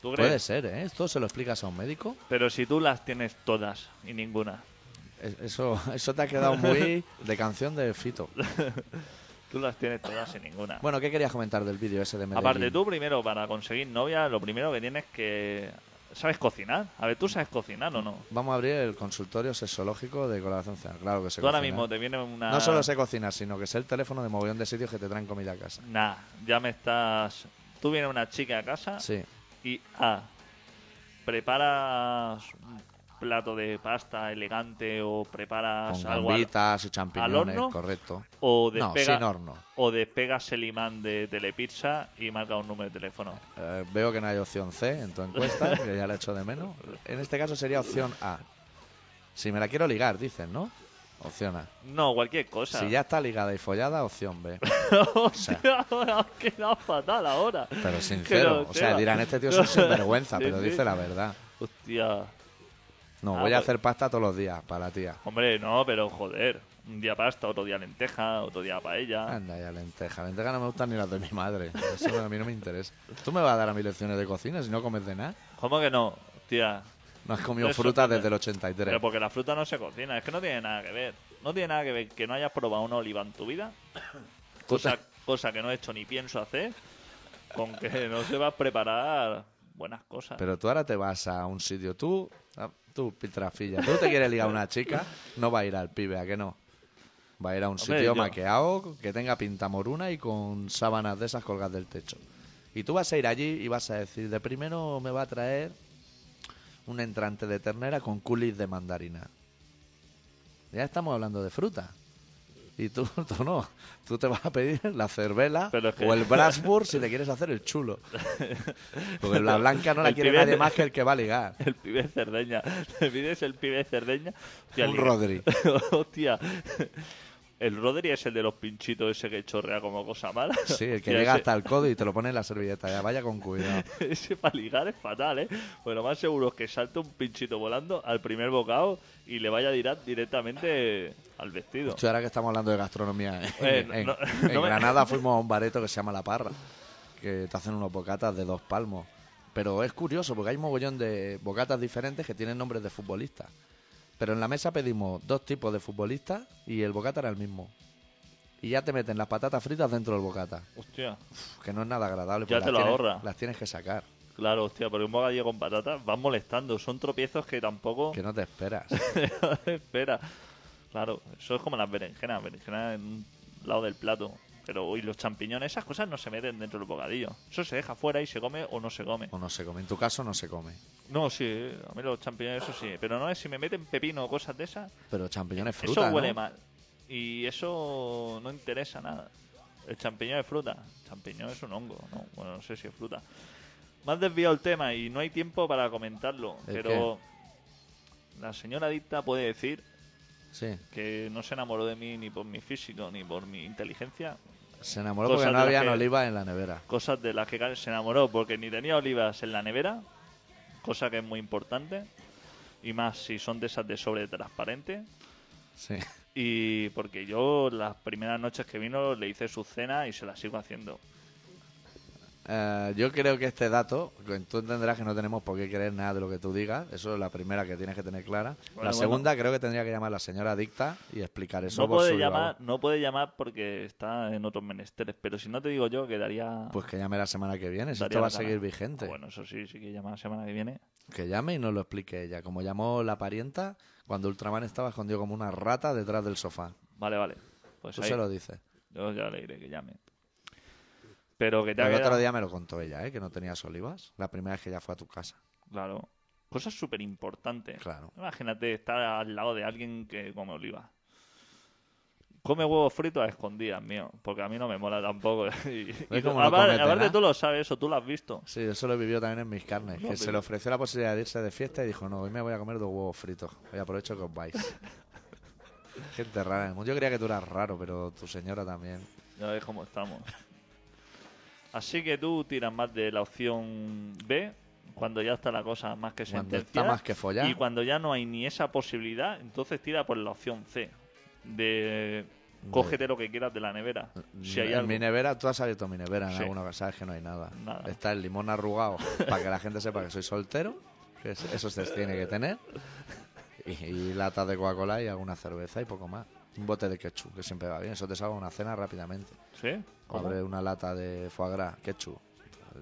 B: ¿Tú crees?
A: Puede ser, ¿eh? Esto se lo explicas a un médico.
B: Pero si tú las tienes todas y ninguna.
A: Es- Eso, <laughs> eso te ha quedado muy de canción de Fito.
B: Tú las tienes todas y ninguna.
A: Bueno, ¿qué querías comentar del vídeo ese de Medellín?
B: Aparte, tú primero, para conseguir novia, lo primero que tienes que. ¿Sabes cocinar? A ver, ¿tú sabes cocinar o no?
A: Vamos a abrir el consultorio sexológico de colaboración. Ciudadana. Claro que se
B: Tú ahora mismo te viene una.
A: No solo sé cocinar, sino que sé el teléfono de mogollón de sitios que te traen comida a casa.
B: Nah, ya me estás. Tú viene una chica a casa
A: Sí.
B: y A. Preparas un plato de pasta elegante o preparas
A: Con
B: algo. al-
A: gambitas y champiñones,
B: horno?
A: correcto.
B: O
A: No,
B: despegas
A: sin horno.
B: o despegas el imán de Telepizza y marca un número de teléfono.
A: Eh, veo que no hay opción C en tu
B: <laughs>
A: encuesta, que ya la echo de menos. En este caso sería opción A. Si me la quiero ligar, dicen, ¿no? Opción A.
B: No, cualquier cosa.
A: Si ya está ligada y follada, opción
B: <laughs>
A: B.
B: Hostia, <laughs> ahora has quedado fatal ahora.
A: Pero sincero,
B: no,
A: o sea,
B: Seba.
A: dirán, este
B: <laughs>
A: tío es un sinvergüenza,
B: Sí,
A: pero
B: sí.
A: dice la verdad.
B: Hostia.
A: No,
B: Ah,
A: voy a
B: pues-
A: hacer pasta todos los días para la tía.
B: Hombre, no, pero joder. Un día pasta, otro día lenteja, otro día paella.
A: Anda ya, lenteja. Lenteja no me gustan ni las de mi madre. Eso a mí no me interesa. Tú me vas a dar a mis lecciones de cocina si no comes de nada.
B: ¿Cómo que no? Hostia.
A: No has comido
B: Eso,
A: fruta
B: pero-
A: desde el 83.
B: Pero porque la fruta no se cocina, es que no tiene nada que ver. No tiene nada que ver que no hayas probado una oliva en tu vida, cosa, cosa que no he hecho ni pienso hacer, con que no se va a preparar buenas cosas.
A: Pero tú ahora te vas a un sitio, tú, ah, tú, pitrafilla, tú te quieres ligar a una chica, no va a ir al pibe, ¿a que no? Va a ir a un
B: Hombre,
A: sitio
B: yo-
A: maqueado, que tenga pinta moruna y con sábanas de esas colgadas del techo. Y tú vas a ir allí y vas a decir, de primero me va a traer un entrante de ternera con culis de mandarina. Ya estamos hablando de fruta. Y tú, <laughs> tú no, tú te vas a pedir la cervela
B: Pero es que-
A: o el Brasburg si te quieres hacer el chulo. Porque la blanca no la
B: El
A: quiere
B: pibe-
A: nadie más que el que va a
B: <laughs>
A: ligar.
B: El pibe de Cerdeña. <laughs> Te pides el pibe de Cerdeña. Hostia,
A: Un
B: li-
A: Rodri.
B: <laughs> Hostia. El Rodri es el de los pinchitos ese que chorrea como cosa mala.
A: Sí, el que
B: Hostia,
A: llega
B: ese-
A: hasta el codo y te lo pone en la servilleta. Ya vaya con cuidado.
B: <laughs> Ese para ligar es fatal, ¿eh? Bueno, más seguro es que salte un pinchito volando al primer bocado y le vaya a tirar directamente al vestido.
A: Hostia, ahora que estamos hablando de gastronomía, en,
B: Eh, no-
A: en-
B: no-
A: en
B: no me-
A: Granada fuimos a un bareto que se llama La Parra, que te hacen unos bocatas de dos palmos. Pero es curioso porque hay mogollón de bocatas diferentes que tienen nombres de futbolistas. Pero en la mesa pedimos dos tipos de futbolistas y el bocata era el mismo. Y ya te meten las patatas fritas dentro del bocata.
B: Hostia.
A: Uf, que no es nada agradable.
B: Ya
A: pues las
B: te lo
A: tienes-
B: ahorra.
A: Las tienes que sacar.
B: Claro, hostia, porque un bocadillo con patatas van molestando. Son tropiezos que tampoco
A: Que no te esperas.
B: <laughs> espera. Claro, eso es como las berenjenas. Berenjenas en un lado del plato. Pero, uy, los champiñones, esas cosas no se meten dentro del bocadillo. Eso se deja fuera y se come o no se come.
A: o no se come. En tu caso no se come.
B: No, sí, a mí los champiñones, eso sí. Pero no es si me meten pepino o cosas de esas.
A: Pero champiñones fruta.
B: eso huele
A: ¿no?
B: mal. Y eso no interesa nada. El champiñón es fruta. El champiñón es un hongo. ¿no? Bueno, no sé si es fruta. Me has desviado el tema y no hay tiempo para comentarlo.
A: ¿El
B: Pero la señora adicta puede decir
A: Sí.
B: que no se enamoró de mí ni por mi físico ni por mi inteligencia.
A: Se enamoró
B: Cosas
A: porque no
B: de las
A: había
B: Pues que-
A: olivas en la nevera.
B: Cosas de las que Karen se enamoró porque ni tenía olivas en la nevera. Cosa que es muy importante. Y más si son de esas de sobre transparente.
A: Sí.
B: Y porque yo las primeras noches que vino le hice su cena y se la sigo haciendo.
A: Eh, yo creo que este dato, que tú entenderás que no tenemos por qué creer nada de lo que tú digas. Eso es la primera que tienes que tener clara.
B: Bueno,
A: la segunda creo que tendría que llamar a la señora adicta y explicar eso.
B: No
A: por su
B: puede,
A: viva
B: llamar,
A: voz.
B: no puede llamar porque está en otros menesteres, pero si no te digo yo quedaría...
A: Pues que llame la semana que viene, si
B: daría
A: esto va
B: la
A: a seguir
B: gana.
A: vigente.
B: Ah, bueno, eso sí, sí que llama la semana que viene.
A: Que llame y nos lo explique ella. Como llamó la parienta cuando Ultraman estaba escondido como una rata detrás del sofá.
B: Vale, vale. Pues
A: Tú
B: ahí,
A: se lo dices.
B: yo ya le diré que llame. Pero que te ha
A: El otro
B: quedado-
A: día me lo contó ella, ¿eh? que no tenías olivas. La primera vez que ella fue a tu casa.
B: Claro. Cosas súper importantes.
A: Claro.
B: Imagínate estar al lado de alguien que come oliva. Come huevos fritos a escondidas, mío. Porque a mí no me mola tampoco. <laughs> y, y
A: cómo no
B: aparte,
A: comete,
B: aparte
A: ¿no?
B: tú lo sabes, eso tú lo has visto.
A: Sí, eso lo he vivido también en mis carnes.
B: No,
A: que
B: pero-
A: se le ofreció la posibilidad de irse de fiesta y dijo, no, hoy me voy a comer dos huevos fritos. Hoy aprovecho que os <laughs> vais. Gente rara en el mundo. Yo creía que tú eras raro, pero tu señora también.
B: Ya ves cómo estamos. Así que tú tiras más de la opción B, cuando ya está la cosa más que
A: Cuando
B: sentenciada.
A: está más que follar.
B: Y cuando ya no hay ni esa posibilidad, entonces tira por la opción C. De cógete lo que quieras de la nevera. Si hay
A: en
B: algo.
A: mi nevera, tú has abierto mi nevera en
B: Sí.
A: alguna ocasión, sabes que no hay nada.
B: Nada.
A: Está el limón <laughs> arrugado para que la gente sepa que soy soltero, que es- eso se tiene que tener. Y, y latas de Coca-Cola y alguna cerveza y poco más. Un bote de ketchup, que siempre va bien. Eso te salva una cena rápidamente.
B: ¿Sí? ¿Cómo?
A: Abre una lata de foie gras, ketchup.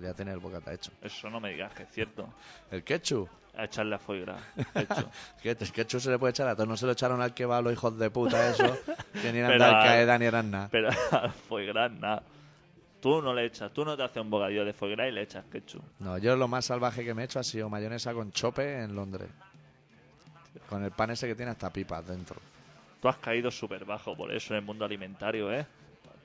A: Ya tiene el bocata hecho.
B: Eso no me digas que es cierto.
A: ¿El ketchup?
B: A echarle a fuera. Hecho.
A: ¿Qué- El ketchup se le puede echar a todo. No se lo echaron al que va los hijos de
B: <laughs>
A: puta, eso. que ni eran de
B: Pero al-
A: Al-Qaeda ni eran nada.
B: <laughs> Pero al foie gras, nada. Tú no le echas, tú no te haces un bocadillo de foie gras y le echas ketchup.
A: No, yo lo más salvaje que me he hecho ha sido mayonesa con chope en Londres. Con el pan ese que tiene hasta pipas dentro.
B: Tú has caído súper bajo por eso en el mundo alimentario, ¿eh?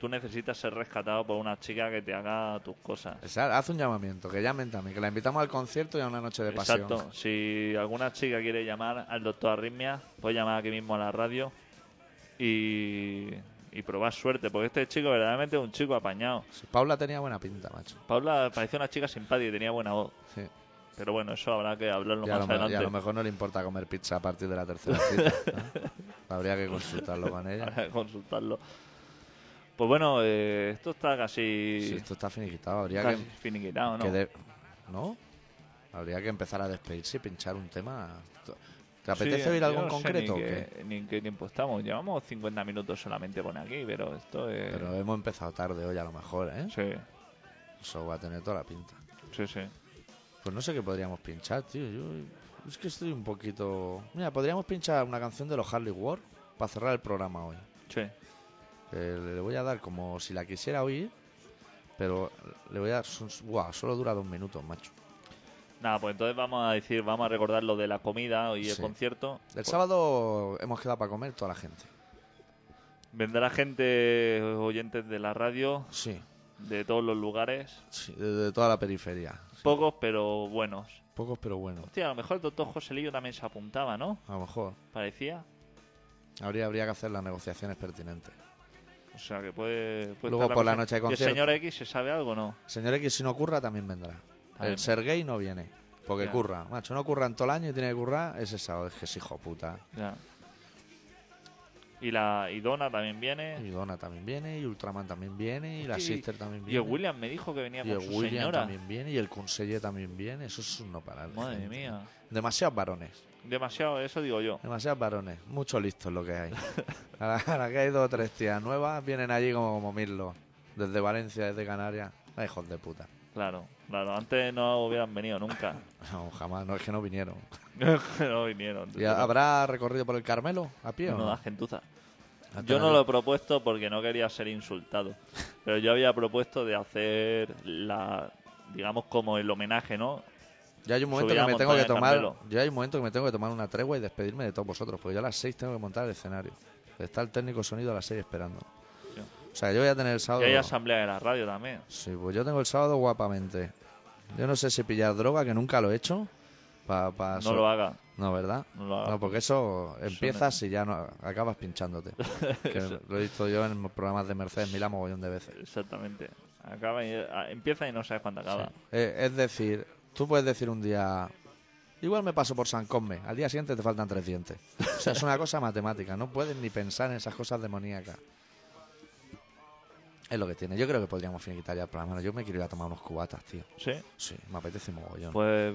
B: Tú necesitas ser rescatado por una chica que te haga tus cosas.
A: O sea, haz un llamamiento, que llamen también, que la invitamos al concierto y a una noche de pasión.
B: Exacto. Si alguna chica quiere llamar al doctor Arritmia, puede llamar aquí mismo a la radio y, y probar suerte, porque este chico verdaderamente es un chico apañado.
A: Sí, Paula tenía buena pinta, macho.
B: Paula parecía una chica simpática y tenía buena voz.
A: Sí.
B: Pero bueno, eso habrá que hablarlo
A: Y a,
B: más
A: lo, me- y a
B: adelante.
A: lo mejor no le importa comer pizza a partir de la tercera
B: <laughs>
A: cita. ¿no? Habría que consultarlo con ella.
B: Habrá que consultarlo. Pues bueno, eh, esto está
A: Si
B: casi,
A: esto está finiquitado, habría
B: casi
A: que,
B: finiquitado, ¿no?
A: que de- ¿No? Habría que empezar a despedirse y pinchar un tema. ¿Te apetece
B: Sí,
A: oír
B: yo
A: algo en
B: no sé
A: concreto? o
B: Ni,
A: qué?
B: qué- eh. ni en qué tiempo estamos. Llevamos 50 minutos solamente con aquí, pero esto es.
A: Pero hemos empezado tarde hoy a lo mejor, ¿eh?
B: Sí,
A: Eso va a tener toda la pinta.
B: sí, sí.
A: Pues no sé qué podríamos pinchar, tío. Yo es que estoy un poquito. Mira, podríamos pinchar una canción de los Harley Ward para cerrar el programa hoy.
B: sí.
A: Que le voy a dar como si la quisiera oír, pero le voy a dar. Wow, solo dura dos minutos, macho.
B: Nada, pues entonces vamos a decir, vamos a recordar lo de la comida y el
A: Sí.
B: concierto.
A: El sábado hemos quedado para comer toda la gente.
B: Vendrá gente, oyentes de la radio,
A: Sí,
B: de todos los lugares.
A: sí, de, de toda la periferia.
B: Pocos, pero buenos.
A: Pocos, pero bueno.
B: Hostia, a lo mejor el doctor Joselillo también se apuntaba, ¿no?
A: A lo mejor
B: Parecía.
A: habría, habría que hacer las negociaciones pertinentes.
B: O sea, que puede. puede
A: Luego
B: estar
A: por la
B: cosa-
A: noche hay
B: ¿Y el
A: concierto.
B: señor X se sabe algo o no?
A: Señor X, si no curra, también vendrá.
B: También.
A: El Sergey no viene. Porque
B: Ya.
A: curra, macho, no curra en todo el año y tiene que currar ese sábado. Es que es hijo puta.
B: Ya. Y la y Donna también viene.
A: Y Donna también viene, y Ultraman también viene, y la
B: Sí,
A: Sister también
B: Y
A: viene.
B: el William me dijo que venía
A: Y el
B: con su
A: William
B: señora.
A: también viene, y el Conseller también viene. Eso es un no parar. de
B: Madre
A: gente.
B: mía.
A: Demasiados varones.
B: Demasiado, eso digo yo.
A: Demasiados varones. Mucho listos lo que
B: <laughs>
A: hay. A la, a la que hay dos o tres tías nuevas, vienen allí como, como mirlo. Desde Valencia, desde Canarias. Ah, Hijos de puta.
B: Claro, claro. Antes no hubieran venido nunca. <laughs>
A: No, jamás. No es que no vinieron.
B: no vinieron.
A: ¿Y habrá recorrido por el Carmelo a pie o no?
B: Menuda gentuza.
A: Hasta
B: Yo no
A: la-
B: lo he propuesto porque no quería ser insultado. Pero yo había propuesto de hacer la. digamos como el homenaje, ¿no?
A: Ya hay un momento
B: subir a
A: que
B: la
A: me tengo que
B: montaña
A: tomar.
B: Carmelo.
A: Ya hay un momento que me tengo que tomar una tregua y despedirme de todos vosotros, porque yo a las 6 tengo que montar el escenario. Está el técnico sonido a las 6 esperando.
B: Tío.
A: O sea, yo voy a tener el
B: Y
A: sábado.
B: hay asamblea de la radio también.
A: Sí, pues yo tengo el sábado guapamente. Yo no sé si pillar droga, que nunca lo he hecho. Pa, pa-
B: No
A: so-
B: lo haga.
A: No, ¿verdad?
B: No lo haga.
A: No, porque eso empiezas y ya no acabas pinchándote. Que
B: Eso-
A: lo he visto yo en programas de Mercedes Milán mogollón de veces.
B: Exactamente. Acaba y- a- empieza y no sabes cuándo acaba.
A: Sí. Eh, es decir, tú puedes decir un día, igual me paso por San Cosme, al día siguiente te faltan tres dientes. O sea, es una cosa matemática, no puedes ni pensar en esas cosas demoníacas. Es lo que tiene. Yo creo que podríamos finiquitar ya el programa. Yo me quiero ir a tomar unos cubatas, tío.
B: Sí.
A: Sí, me apetece mogollón.
B: Pues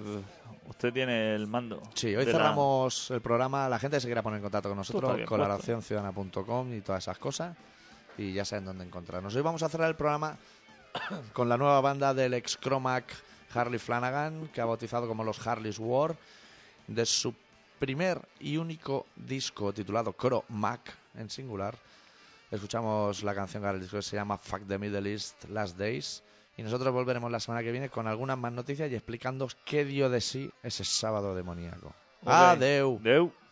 B: usted tiene el mando.
A: Sí, hoy
B: de la-
A: cerramos el programa. La gente se quiera poner en contacto con
B: Tú
A: nosotros,
B: estás bien
A: colaboraciónciudadana.com y todas esas cosas. Y ya saben dónde encontrarnos. Hoy vamos a cerrar el programa <coughs> con la nueva banda del ex Cromac Harley Flanagan, que ha bautizado como los Harley's War, de su primer y único disco titulado Cromac en singular. Escuchamos la canción que abre el disco, que se llama Fuck the Middle East Last Days. Y nosotros volveremos la semana que viene con algunas más noticias y explicando qué dio de sí ese sábado demoníaco.
B: Ok.
A: Adeu.
B: Deu.